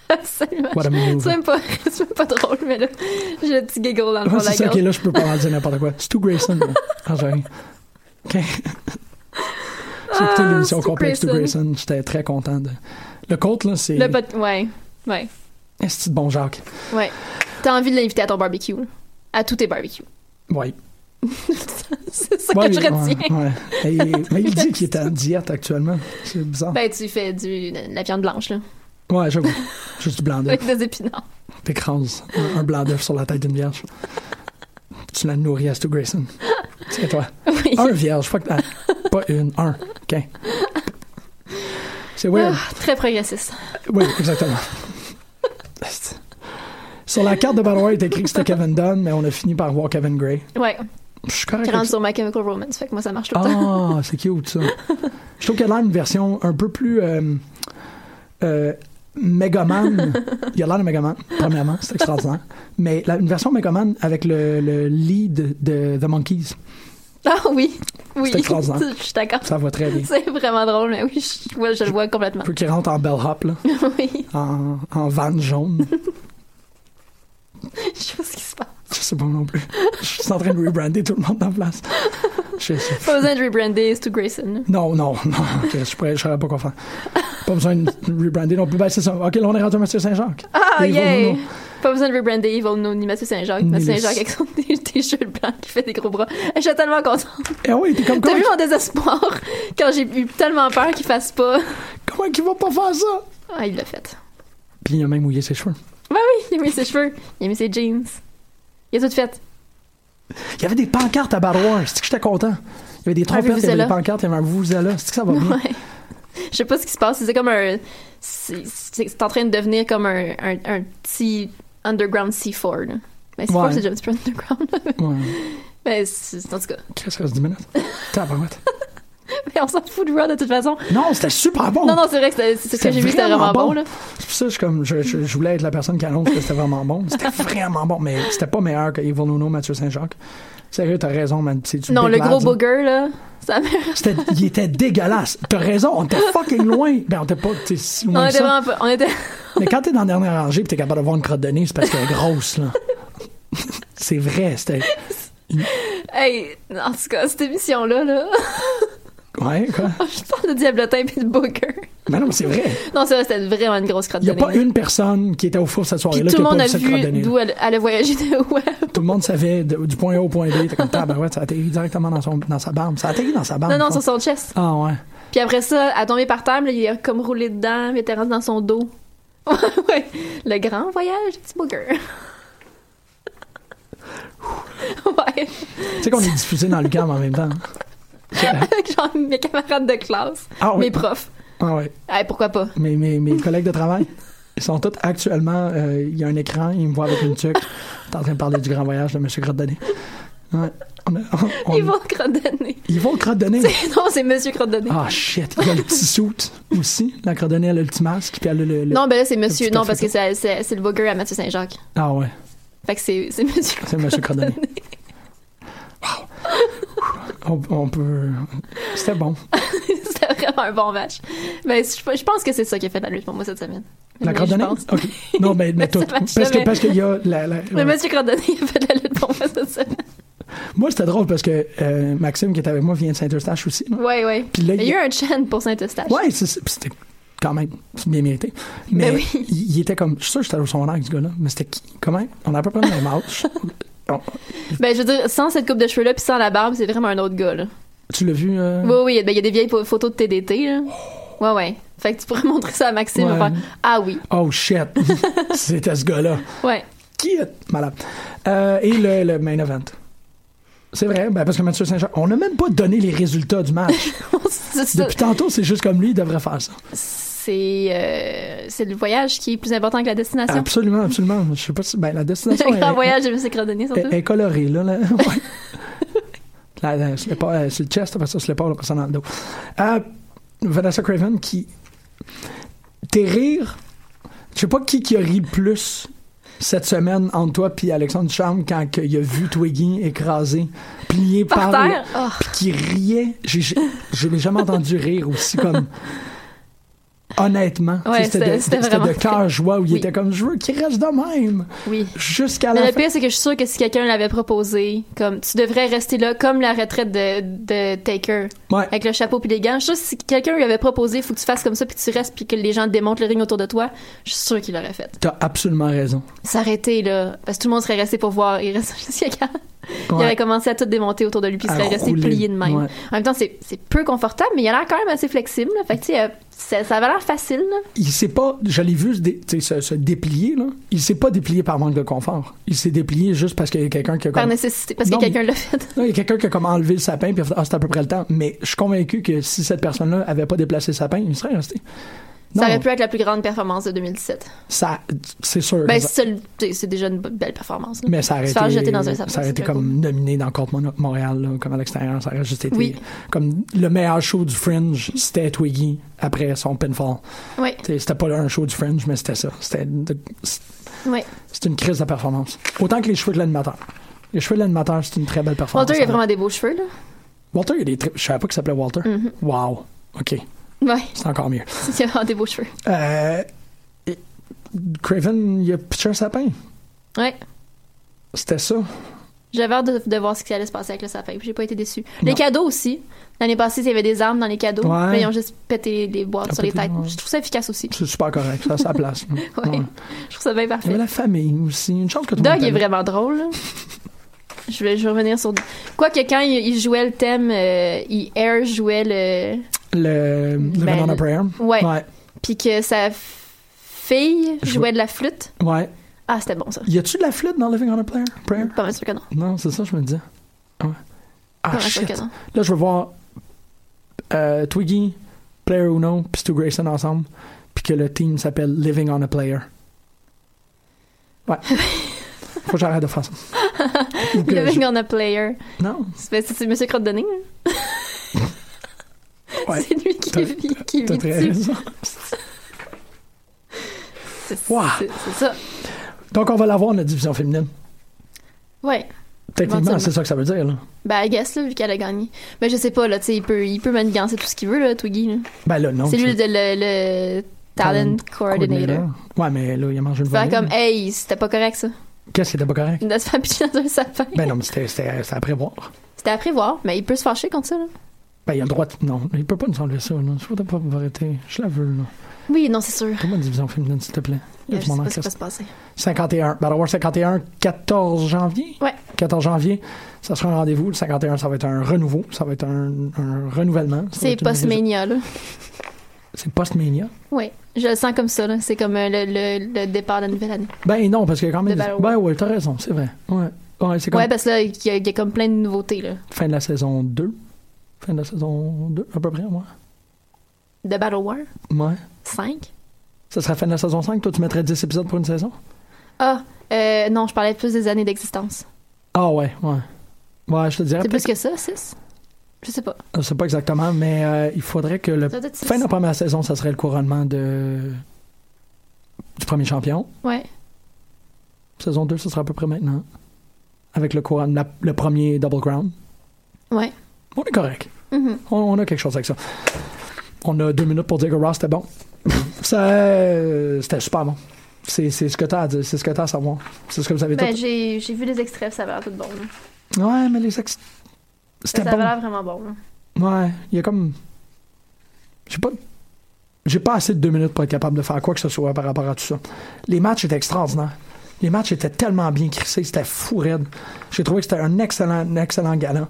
Absolument.
Mm. What a move.
C'est même pas, [laughs] c'est même pas drôle, mais là, j'ai le petit giggle dans le fond
Ouais,
de la
Ah, c'est ça
gorge.
qui est là, je peux pas mal dire n'importe quoi. Stu Grayson. là. Ah, j'ai rien.
[laughs]
OK. J'ai écouté
Ah,
l'émission
Stu
complète Stu
Grayson.
Grayson. J'étais très content de. Le Colt, là, c'est.
Le pot... Ouais. Ouais.
Est-ce bon Jacques?
Ouais. T'as envie de l'inviter à ton barbecue, là. À tous tes barbecues. [laughs]
Oui.
c'est ça
Ouais,
que je
ouais,
retiens.
ouais. Et- mais il dit qu'il
[laughs]
est en diète actuellement. C'est bizarre.
Ben, tu fais du, de la viande blanche, là. Ben-
Ouais, j'avoue. Juste du blanc d'œuf.
Avec
[laughs]
des épinards.
T'écrases un, un blanc d'œuf sur la tête d'une vierge. Tu la nourris à Stu Grayson.
[laughs]
Tiens-toi.
Oui.
Un vierge, fuck that. Pas une, un. OK. C'est weird.
Ah, très progressiste.
Oui, exactement. Esti. Sur la carte de Battleware, il était écrit que c'était Kevin Dunn, mais on a fini par voir Kevin Gray.
Ouais.
Je suis correct.
Qui
avec
rentre
ça.
sur My Chemical Romance. Fait que moi, ça marche tout le temps.
Ah, c'est cute ça. Je trouve qu'elle a l'air une version un peu plus euh, euh, Megaman. Il a l'air de Megaman, premièrement, c'est extraordinaire. Mais la- une version Megaman avec le, le lead de The Monkeys.
Ah oui. Oui. [laughs]
C'est extraordinaire.
Je suis d'accord.
Ça va très bien.
C'est vraiment drôle, mais oui, je, ouais, je le vois complètement.
Faut qu'il rentre en bellhop, là,
[laughs] Oui,
en, en van jaune.
[laughs] je sais pas ce qui se passe.
Je sais pas non plus. Je suis en train de rebrander tout le monde en place. Je sais.
Pas besoin de rebrander, c'est tout Grayson.
[laughs] Non, non, non. ok, je pourrais, je saurais pas quoi faire. Pas besoin de rebrander non plus. Ben, c'est ça. OK, là, on est rendu à Mathieu Saint-Jacques.
Ah,
Evil
yeah!
Nono.
Pas besoin de rebrander Evil No ni Mathieu Saint-Jacques.
Ni
Mathieu
le-
Saint-Jacques avec son [laughs] t- t-shirt blanc qui fait des gros bras. Je suis tellement contente.
Eh oui, t'es comme,
T'as
comment,
vu mon désespoir [laughs] quand j'ai eu tellement peur qu'il fasse pas.
comment qu'il va pas faire ça?
Ah, il l'a fait. [laughs]
Puis il a même mouillé ses cheveux.
Ben oui, il a mis ses cheveux, il a mis ses jeans. Il a tout fait.
Il y avait des pancartes à Battle Wars. C'est que j'étais content. Il y
Ah,
avait des trompettes, il y avait
Vuvuzela.
des pancartes, il y avait un Vuvuzela. C'est que ça va bien.
Ouais. Je sais pas ce qui se passe. C'est comme un. C'est c'est- c'est en train de devenir comme un, un, un petit underground C4. là. Mais C4,
Ouais.
c'est déjà un petit peu underground. [laughs] là.
Ouais.
Mais c'est- en tout cas,
Qu'est-ce que reste 10 minutes? Tabarouette.
[laughs] mais on s'en fout de Raw de toute façon.
Non, c'était super bon.
Non, non, c'est vrai que c'est- c'est ce que
C'était
j'ai vu, c'était
Oh. vraiment
vraiment bon.
bon.
là.
C'est pour ça que je, comme, je, je- je voulais être la personne qui annonce que c'était vraiment bon. C'était vraiment bon, mais c'était pas meilleur que Evil Nono, Mathieu Saint-Jacques. Sérieux, t'as raison, man. C'est du
Non,
big
le
lads,
gros
là.
booger, là, ça
C'était- il était dégueulasse. T'as raison, on était fucking loin. Ben, on était pas t'sais, si
[laughs] on
loin que
était
ça.
vraiment pas. On était. [laughs]
Mais quand t'es dans la dernière rangée pis t'es capable de voir une crotte de nez, c'est parce qu'elle est grosse, là. [laughs] c'est vrai, c'était.
Hey, en tout cas, cette émission-là, là, [laughs]
Ouais, quoi.
je parle de diablotin et de booger.
Mais non, mais c'est vrai.
Non, c'est vrai, c'était vraiment une grosse crotte
Il n'y a
de
pas
nez.
une personne qui était au four cette
Puis
soirée-là
tout
qui
le
a pas
monde a
vu cette crotte de
vu
nez.
d'où elle, elle voyager de [laughs] où elle-
Tout le monde savait de- du point A au point B. T'es comme tabarouette, ça atterrit directement dans, son, dans sa barbe. Ça atterrit dans sa barbe.
Non, non,
quoi.
sur son chest.
Ah ouais.
Puis après ça, elle a tombé par terre, mais il a comme roulé dedans, mais était rentré dans son dos. [laughs] ouais. Le grand voyage, petit booger. [laughs] ouais.
Tu sais qu'on est diffusé dans le camp en même temps.
Avec genre mes camarades de classe,
Ah oui.
mes profs.
Ah ouais.
Hey, pourquoi pas?
Mes, mes, mes collègues de travail, ils sont tous actuellement. euh, Il y a un écran, ils me voient avec une tuque. T'es en train de parler du grand voyage de M. Crotte-Donné. Ouais. On a- on- on-
Ils vont
[laughs]
crottonner.
ils vont Crotte-Donné.
non, c'est Monsieur Crottonné.
Ah shit. Il y a le petit suit aussi. La Crotte-Donné, elle a le petit masque. Puis elle a le. le-
non, ben là, c'est Monsieur.
petit
Non, parce que
perfecto.
c'est c'est- c'est le booger à Mathieu Saint-Jacques.
Ah ouais.
Fait que c'est [laughs] c'est Monsieur
C'est M. Crotte-Donné. Wow. On, on peut. C'était bon.
C'était vraiment un bon match. Ben, je, je pense que c'est ça qui a fait la lutte pour moi cette semaine.
La
Mais
Crotte-Donné?
je pense.
OK. Non, mais, mais
Mais
tout.
[laughs] ça marche
Parce que-
jamais.
parce qu'il y a. La, la-
Mais Monsieur Crottonné a fait la lutte pour moi
[laughs]
cette semaine.
Moi, c'était drôle parce que euh, Maxime, qui est avec moi, vient de Saint-Eustache aussi. là.
Ouais, ouais.
Puis là,
il
il-
y a eu un chant pour Saint-Eustache.
Ouais, c'est- c'est- c'était quand même bien mérité. Mais
Ben oui.
il, il était comme. Je suis sûr que j'étais au secondaire avec ce gars-là, mais c'était qui Comment On a à peu près le même
[laughs]
âge. On-
Ben, je veux dire, sans cette coupe de cheveux-là puis sans la barbe, c'est vraiment un autre gars, là.
tu l'as vu euh,
Oui, oui, ben, il y a des vieilles po- photos de TDT, là. Ouais, ouais. Fait que tu pourrais [laughs] montrer ça à Maxime.
Oh. Ouais.
on va faire, ah oui,
Oh
[laughs]
shit C'était ce gars-là.
ouais. [laughs]
Qui est Malade. Euh, et le, le main event. C'est vrai, ben, parce que Mathieu Saint-Jean, on n'a même pas donné les résultats du
[laughs]
match.
C'est- c'est-
Depuis tantôt, c'est juste comme lui, il devrait faire ça.
C'est euh, c'est le voyage qui est plus important que la destination.
Absolument, absolument. Je sais pas si. Ben, Ah, la destination.
[laughs] Le grand
elle-
voyage de Monsieur Crottonné, surtout.
Elle est colorée, là. [laughs] là. Ouais. Là, là, sur l'épaule, euh, sur le chest, après ça, sur l'épaule, après ça, dans le dos. Euh, Vanessa Craven qui. Tes rires. Je sais pas qui qui a ri le plus cette semaine entre toi puis Alexandre Charme quand que il a vu Twiggy écrasé, plié par,
Par
le-
terre. Oh.
puis qui riait. J'ai- j'ai- Je l'ai jamais entendu rire aussi comme. Honnêtement, Tu sais,
Ouais,
c'était de,
c'était- c'était
c'était de
vraiment-
cœur joie où il
Oui.
était comme je veux qu'il reste de même
Oui.
jusqu'à la
Mais
fin.
le pire, c'est que je suis sûre que si quelqu'un l'avait proposé, comme tu devrais rester là, comme la retraite de, de Taker,
Ouais.
avec le chapeau puis les gants. Je suis sûre que si quelqu'un lui avait proposé, faut que tu fasses comme ça puis que tu restes puis que les gens démontent le ring autour de toi, je suis sûre qu'il l'aurait fait.
T'as absolument raison.
S'arrêter, là, parce que tout le monde serait resté pour voir. Il reste [laughs] jusqu'à quand? Il
Ouais.
aurait commencé à tout démonter autour de lui puis il
À
serait resté
rouler.
plié de même.
Ouais.
En même temps, c'est c'est peu confortable, mais il a l'air quand même assez flexible. là. Fait que, tu sais, euh, ça, ça avait l'air facile, là.
Il s'est pas, je l'ai vu se, dé- tu sais, se, se déplier, là. Il s'est pas déplié par manque de confort. Il s'est déplié juste parce qu'il y a quelqu'un qui a
par
comme.
nécessité, parce
Non,
que
mais-
quelqu'un l'a fait.
Là, il y a quelqu'un qui a comme enlevé le sapin, puis il a fait, ah, c'est à peu près le temps. Mais je suis convaincu que si cette personne-là avait pas déplacé le sapin, il serait resté. [laughs] Non,
Ça aurait pu être la plus grande performance de 2017.
ça- c'est sûr.
Ben,
que ça-
c'est le- t'sais, c'est déjà une be- belle performance. là.
mais ça aurait
se faire
été,
jeter dans un sapin,
ça aurait
c'est
été
très
comme
cool.
nominé dans Court Mon- Montréal, là, comme à l'extérieur. Ça aurait juste été
Oui.
comme le meilleur show du Fringe, c'était Twiggy après son pinfall.
Ouais,
Tu sais, C'était pas un show du Fringe, mais c'était ça. C'était de-
ouais.
C'est une crise de performance. Autant que les cheveux de l'animateur. Les cheveux de l'animateur, c'est une très belle performance.
Walter, il a vraiment des beaux cheveux, là.
Walter, il a des tri- Je savais pas qu'il s'appelait Walter.
Mm-hmm.
Wow. OK.
Ouais,
C'est encore mieux.
[laughs] il a vraiment des beaux cheveux.
Euh, et- Craven, il a pitché un sapin.
Ouais.
C'était ça.
J'avais hâte de, de voir ce qui allait se passer avec le sapin. puis J'ai pas été déçu. Les cadeaux aussi. L'année passée, il y avait des armes dans les cadeaux.
Ouais.
Mais ils ont juste pété les boîtes
Ah,
sur les
pété,
têtes.
ouais.
Je trouve ça efficace aussi.
C'est super correct, ça a
[laughs]
sa place.
Ouais.
Ouais.
Je trouve ça bien
Il y
parfait.
avait la famille aussi. Une chance que tout le
Doug
monde
est
aime.
vraiment drôle. là. je, vais, je vais revenir sur. Quoique quand il, il jouait le thème, euh, il air jouait le.
Le, le
Ben,
Banana Prayer.
Ouais.
Ouais.
Puis que sa f- fille
Je-
jouait de la flûte.
ouais.
Ah, c'était bon ça.
Y a-tu de la flûte dans Living on a Prayer? Prayer?
Pas mal sûr que non.
Non, c'est ça, je me disais. Ouais.
Pas
Ah,
mal sûr
shit.
que non.
Là, je veux voir euh, Twiggy, Player Uno, puis Stu Grayson ensemble, puis que le team s'appelle Living on a Player. Ouais.
[laughs]
Faut que j'arrête de faire ça. Ou que
Living on a player.
je- Non.
C'est c'est- c'est Monsieur Crotte de Nez, hein.
Ouais.
C'est lui qui
T'as-
vit, qui
T'as
vit
très
dessus.
raison.
C'est c'est-
Wow.
c'est ça.
Donc, on va l'avoir, notre division féminine.
Ouais.
Techniquement,
Éventuellement.
c'est ça que ça veut dire, là.
Ben, I guess, là, vu qu'elle a gagné. Mais je sais pas, là, tu sais, il peut, il peut manigancer tout ce qu'il veut, là, Twiggy. là.
Ben là, non.
C'est lui
c'est-
le, le, le talent,
Talent
coordinator.
Ouais, mais là, il a mangé une
Faire
volée.
comme, hey, c'était pas correct, ça.
Qu'est-ce qui était pas correct?
De se faire [laughs] pitcher dans un sapin.
Ben non, mais c'était- c'était c'était à prévoir.
C'était à prévoir, mais il peut se fâcher contre ça, là.
Ben, il a le droit de... Non, il peut pas nous enlever ça, là. Je voudrais pas me arrêter. Je la veux, là.
Oui, non, c'est sûr.
Comment division féminine, s'il te plaît?
Je
Lève
sais
mon
pas ce qui
orchestre.
va se passer.
51. Battle War 51, 14 janvier.
Ouais.
14 janvier, ça sera un rendez-vous. Le 51, ça va être un renouveau. Ça va être un, un renouvellement. Ça va
C'est
être une-
post-mania, là.
C'est post-mania.
Oui, je le sens comme ça, là. C'est comme euh, le, le- le départ de la nouvelle année.
Ben non, parce que quand même.
De Battle War.
ben ouais, t'as raison, c'est vrai. Ouais. Ouais, c'est comme
Ouais, ben parce que là, il y, a- il y a comme plein de nouveautés, là.
fin de la saison 2. Fin de la saison 2, à peu près, ouais.
De Battle War
Ouais.
5.
Ça serait fin de la saison 5. Toi, tu mettrais 10 épisodes pour une saison?
Ah, euh, non, je parlais plus des années d'existence.
Ah ouais, ouais. Ouais, je te dirais.
C'est plus
peut-être-
que ça, 6? Je sais pas.
Je sais pas exactement, mais euh, il faudrait que le
Ça doit être six.
Fin de la première saison, ça serait le couronnement de... du premier champion.
Ouais.
Saison 2, ça sera à peu près maintenant. Avec le couronne, la- le premier Double Crown.
Ouais.
On est correct.
Mhm.
On, on a quelque chose avec ça. On a deux minutes pour dire que Ross était bon. [laughs] ça, euh, c'était super bon. C'est c'est ce que t'as à dire, c'est ce que t'as à savoir. C'est ce que vous avez
Ben,
tout.
j'ai j'ai vu les extraits, ça avait l'air tout bon. là.
Ouais, mais les ex... C'était
Ça
bon.
avait l'air vraiment bon. là.
Ouais, il y a comme. J'ai pas. J'ai pas assez de deux minutes pour être capable de faire quoi que ce soit par rapport à tout ça. Les matchs étaient extraordinaires. Les matchs étaient tellement bien crissés, c'était fou raide. J'ai trouvé que c'était un excellent, un excellent galant.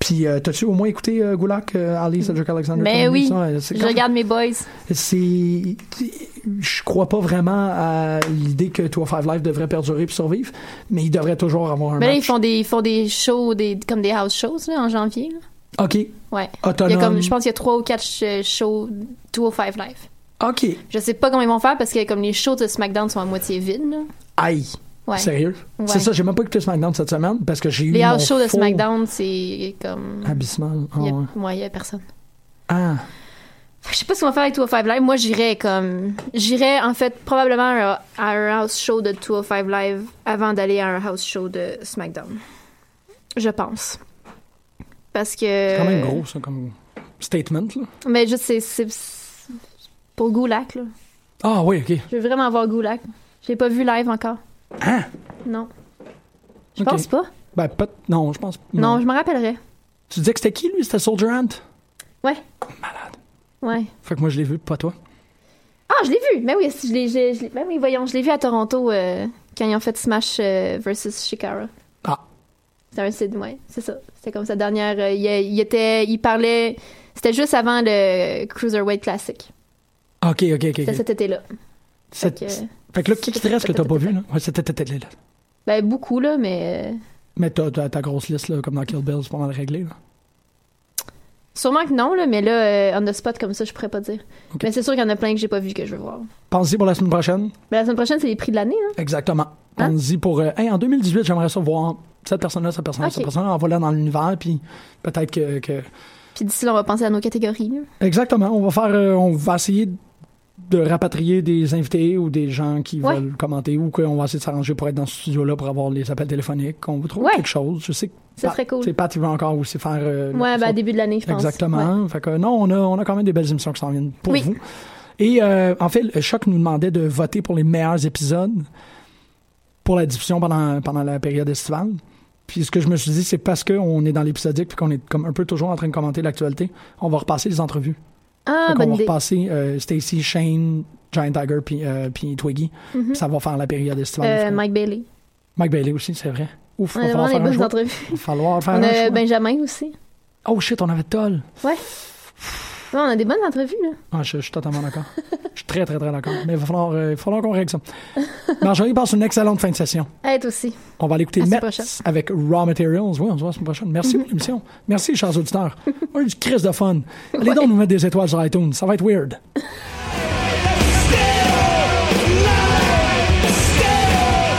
Puis, euh, t'as-tu au moins écouté euh, Gulak, euh, Ali, Cedric Alexander?
Mais Mm. Ben oui,
c'est
je regarde mes boys.
c'est je crois pas vraiment à l'idée que Tour 5 Live devrait perdurer puis survivre, mais il devrait toujours avoir un
Mais Ben là, ils
match.
font des, ils font des shows, des, comme des house shows là, en janvier. là.
OK,
Ouais. Il y a
autonome.
comme, je pense qu'il y a trois ou quatre sh- shows 205 Live.
OK.
Je sais pas comment ils vont faire parce que comme les shows de SmackDown sont à moitié vides. là.
Aïe.
Ouais.
Sérieux?
Ouais.
C'est ça, j'ai même pas écouté SmackDown cette semaine parce que j'ai eu.
Les
mon
house shows de
faux
SmackDown, c'est comme.
Abysmal. Ah,
Il y a,
ouais.
ouais, il y a personne.
Ah,
Fait que Je sais pas ce qu'on va faire avec 205 Live. Moi, j'irais comme. J'irais, en fait, probablement à à un house show de 205 Live avant d'aller à un house show de SmackDown. Je pense. Parce que.
c'est quand même gros, ça, comme statement, là.
Mais juste, c'est. c'est- c'est Pour Goulak, là.
Ah, oui, OK.
Je veux vraiment voir Goulak. Je l'ai pas vu live encore. Non.
Hein?
Je
Ok.
pense pas.
Ben, peut Non, je pense.
Non, je me rappellerai.
Tu disais que c'était qui, lui? C'était Soldier Ant?
Ouais.
Malade.
Ouais.
Fait que moi, je l'ai vu, pas toi.
Ah, je l'ai vu! Mais oui, si, je l'ai, je- je l'ai- ben oui, voyons, je l'ai vu à Toronto euh, quand ils ont fait Smash euh, versus Shikara.
Ah.
C'était un site, ouais, c'est ça. C'était comme sa dernière. euh, il, il était, il parlait. C'était juste avant le Cruiserweight Classic.
OK, OK, OK.
C'était
ok.
cet été-là.
Fait,
que, euh,
fait que là, qui qui te reste que t'as pas vu, là? Ouais, c'était c'était- c'était- là.
Ben, beaucoup, là, mais. euh,
Mais t'as t'as ta grosse liste, là, comme dans Kill Bill, c'est pas mal réglé, là.
sûrement que non, là, mais là, euh, on the spot comme ça, je pourrais pas dire.
Ok.
Mais c'est sûr qu'il y en a plein que j'ai pas vu que je veux voir.
Pensez pour la semaine prochaine.
Mais la semaine prochaine, c'est les prix de l'année, hein?
Exactement.
Hein?
Pensez pour. euh, Hey, en 2018, j'aimerais ça voir cette personne-là, cette personne-là,
Ok.
cette personne-là, en voilà dans l'univers, puis peut-être que- que...
Puis d'ici là, on va penser à nos catégories, là.
Exactement. On va faire, euh, on va essayer de rapatrier des invités ou des gens qui
Ouais.
veulent commenter ou qu'on va essayer de s'arranger pour être dans ce studio-là pour avoir les appels téléphoniques. On va trouver
Ouais.
quelque chose. Je sais que
Ça
Pat-
serait cool.
tu sais, Pat, il veut encore aussi faire. euh,
Ouais, ben,
Bah, ça.
début de l'année, je pense. Ouais.
Exactement. Fait que, non, on a, on a quand même des belles émissions qui s'en viennent pour
Oui.
vous. Et euh, en fait, Choc nous demandait de voter pour les meilleurs épisodes pour la diffusion pendant, pendant la période estivale. Puis ce que je me suis dit, c'est parce qu'on est dans l'épisodique puis qu'on est comme un peu toujours en train de commenter l'actualité, on va repasser les entrevues.
Ah,
Fait qu'on
bonne
va
idée.
repasser euh, Stacy, Shane, Giant Tiger puis, euh, puis Twiggy. Puis Ça va faire la période estivale.
Mm-hmm. Euh,
Mike...
Mike Bailey.
Bailey aussi, c'est vrai. Ouf,
On
va
a
falloir faire un
vraiment des bonnes
choix.
entrevues.
Va falloir faire
On
un
a ben-
choix.
Benjamin aussi.
Oh shit, on avait Toll.
Ouais. Ouais, on a des bonnes entrevues, là.
Ah, je, je suis totalement d'accord. je suis très, très, très d'accord. Mais il va falloir, euh, il va falloir qu'on
[laughs]
règle ça. Marjorie passe une excellente fin de session.
Ah, toi aussi.
On va aller écouter
À la
Mets
semaine prochaine. Mm-hmm.
avec Raw Materials. Oui, on se voit la semaine prochaine. Merci Oh, pour l'émission.
[laughs]
Merci, chers auditeurs. On a eu du crise de fun. Allez donc nous mettre des étoiles sur iTunes. Ça va être weird.